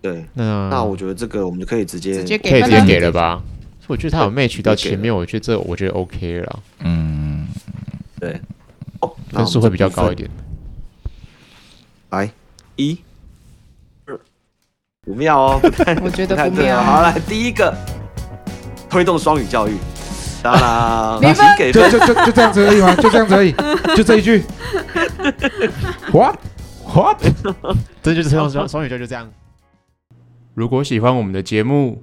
Speaker 1: 对，
Speaker 3: 那
Speaker 1: 那我觉得这个我们就可以直接
Speaker 2: 直接
Speaker 3: 可以
Speaker 2: 给
Speaker 3: 直
Speaker 2: 分
Speaker 3: 接
Speaker 2: 了
Speaker 3: 给了吧？我觉得他有 match 到前
Speaker 1: 直接
Speaker 3: 面，我觉得这我觉得 OK 了。
Speaker 4: 嗯，
Speaker 1: 对。哦，那我
Speaker 3: 分
Speaker 1: 们
Speaker 3: 数会比较
Speaker 1: 这部
Speaker 3: 高
Speaker 1: 分
Speaker 3: 一。点。
Speaker 1: 来，一、二，不妙哦，不太
Speaker 5: 我觉
Speaker 1: 不
Speaker 5: 得
Speaker 1: 太
Speaker 5: 不
Speaker 1: 对
Speaker 5: 妙
Speaker 1: 哦。 好，来第一个，推动双语教育。当 啦，
Speaker 5: 你们
Speaker 1: 请给
Speaker 4: 就
Speaker 1: 分。
Speaker 4: 就就就这样子而已吗？就这样子而已，就这一句。What What？
Speaker 3: 这就是双双双语教就这样。如果喜欢我们的节目，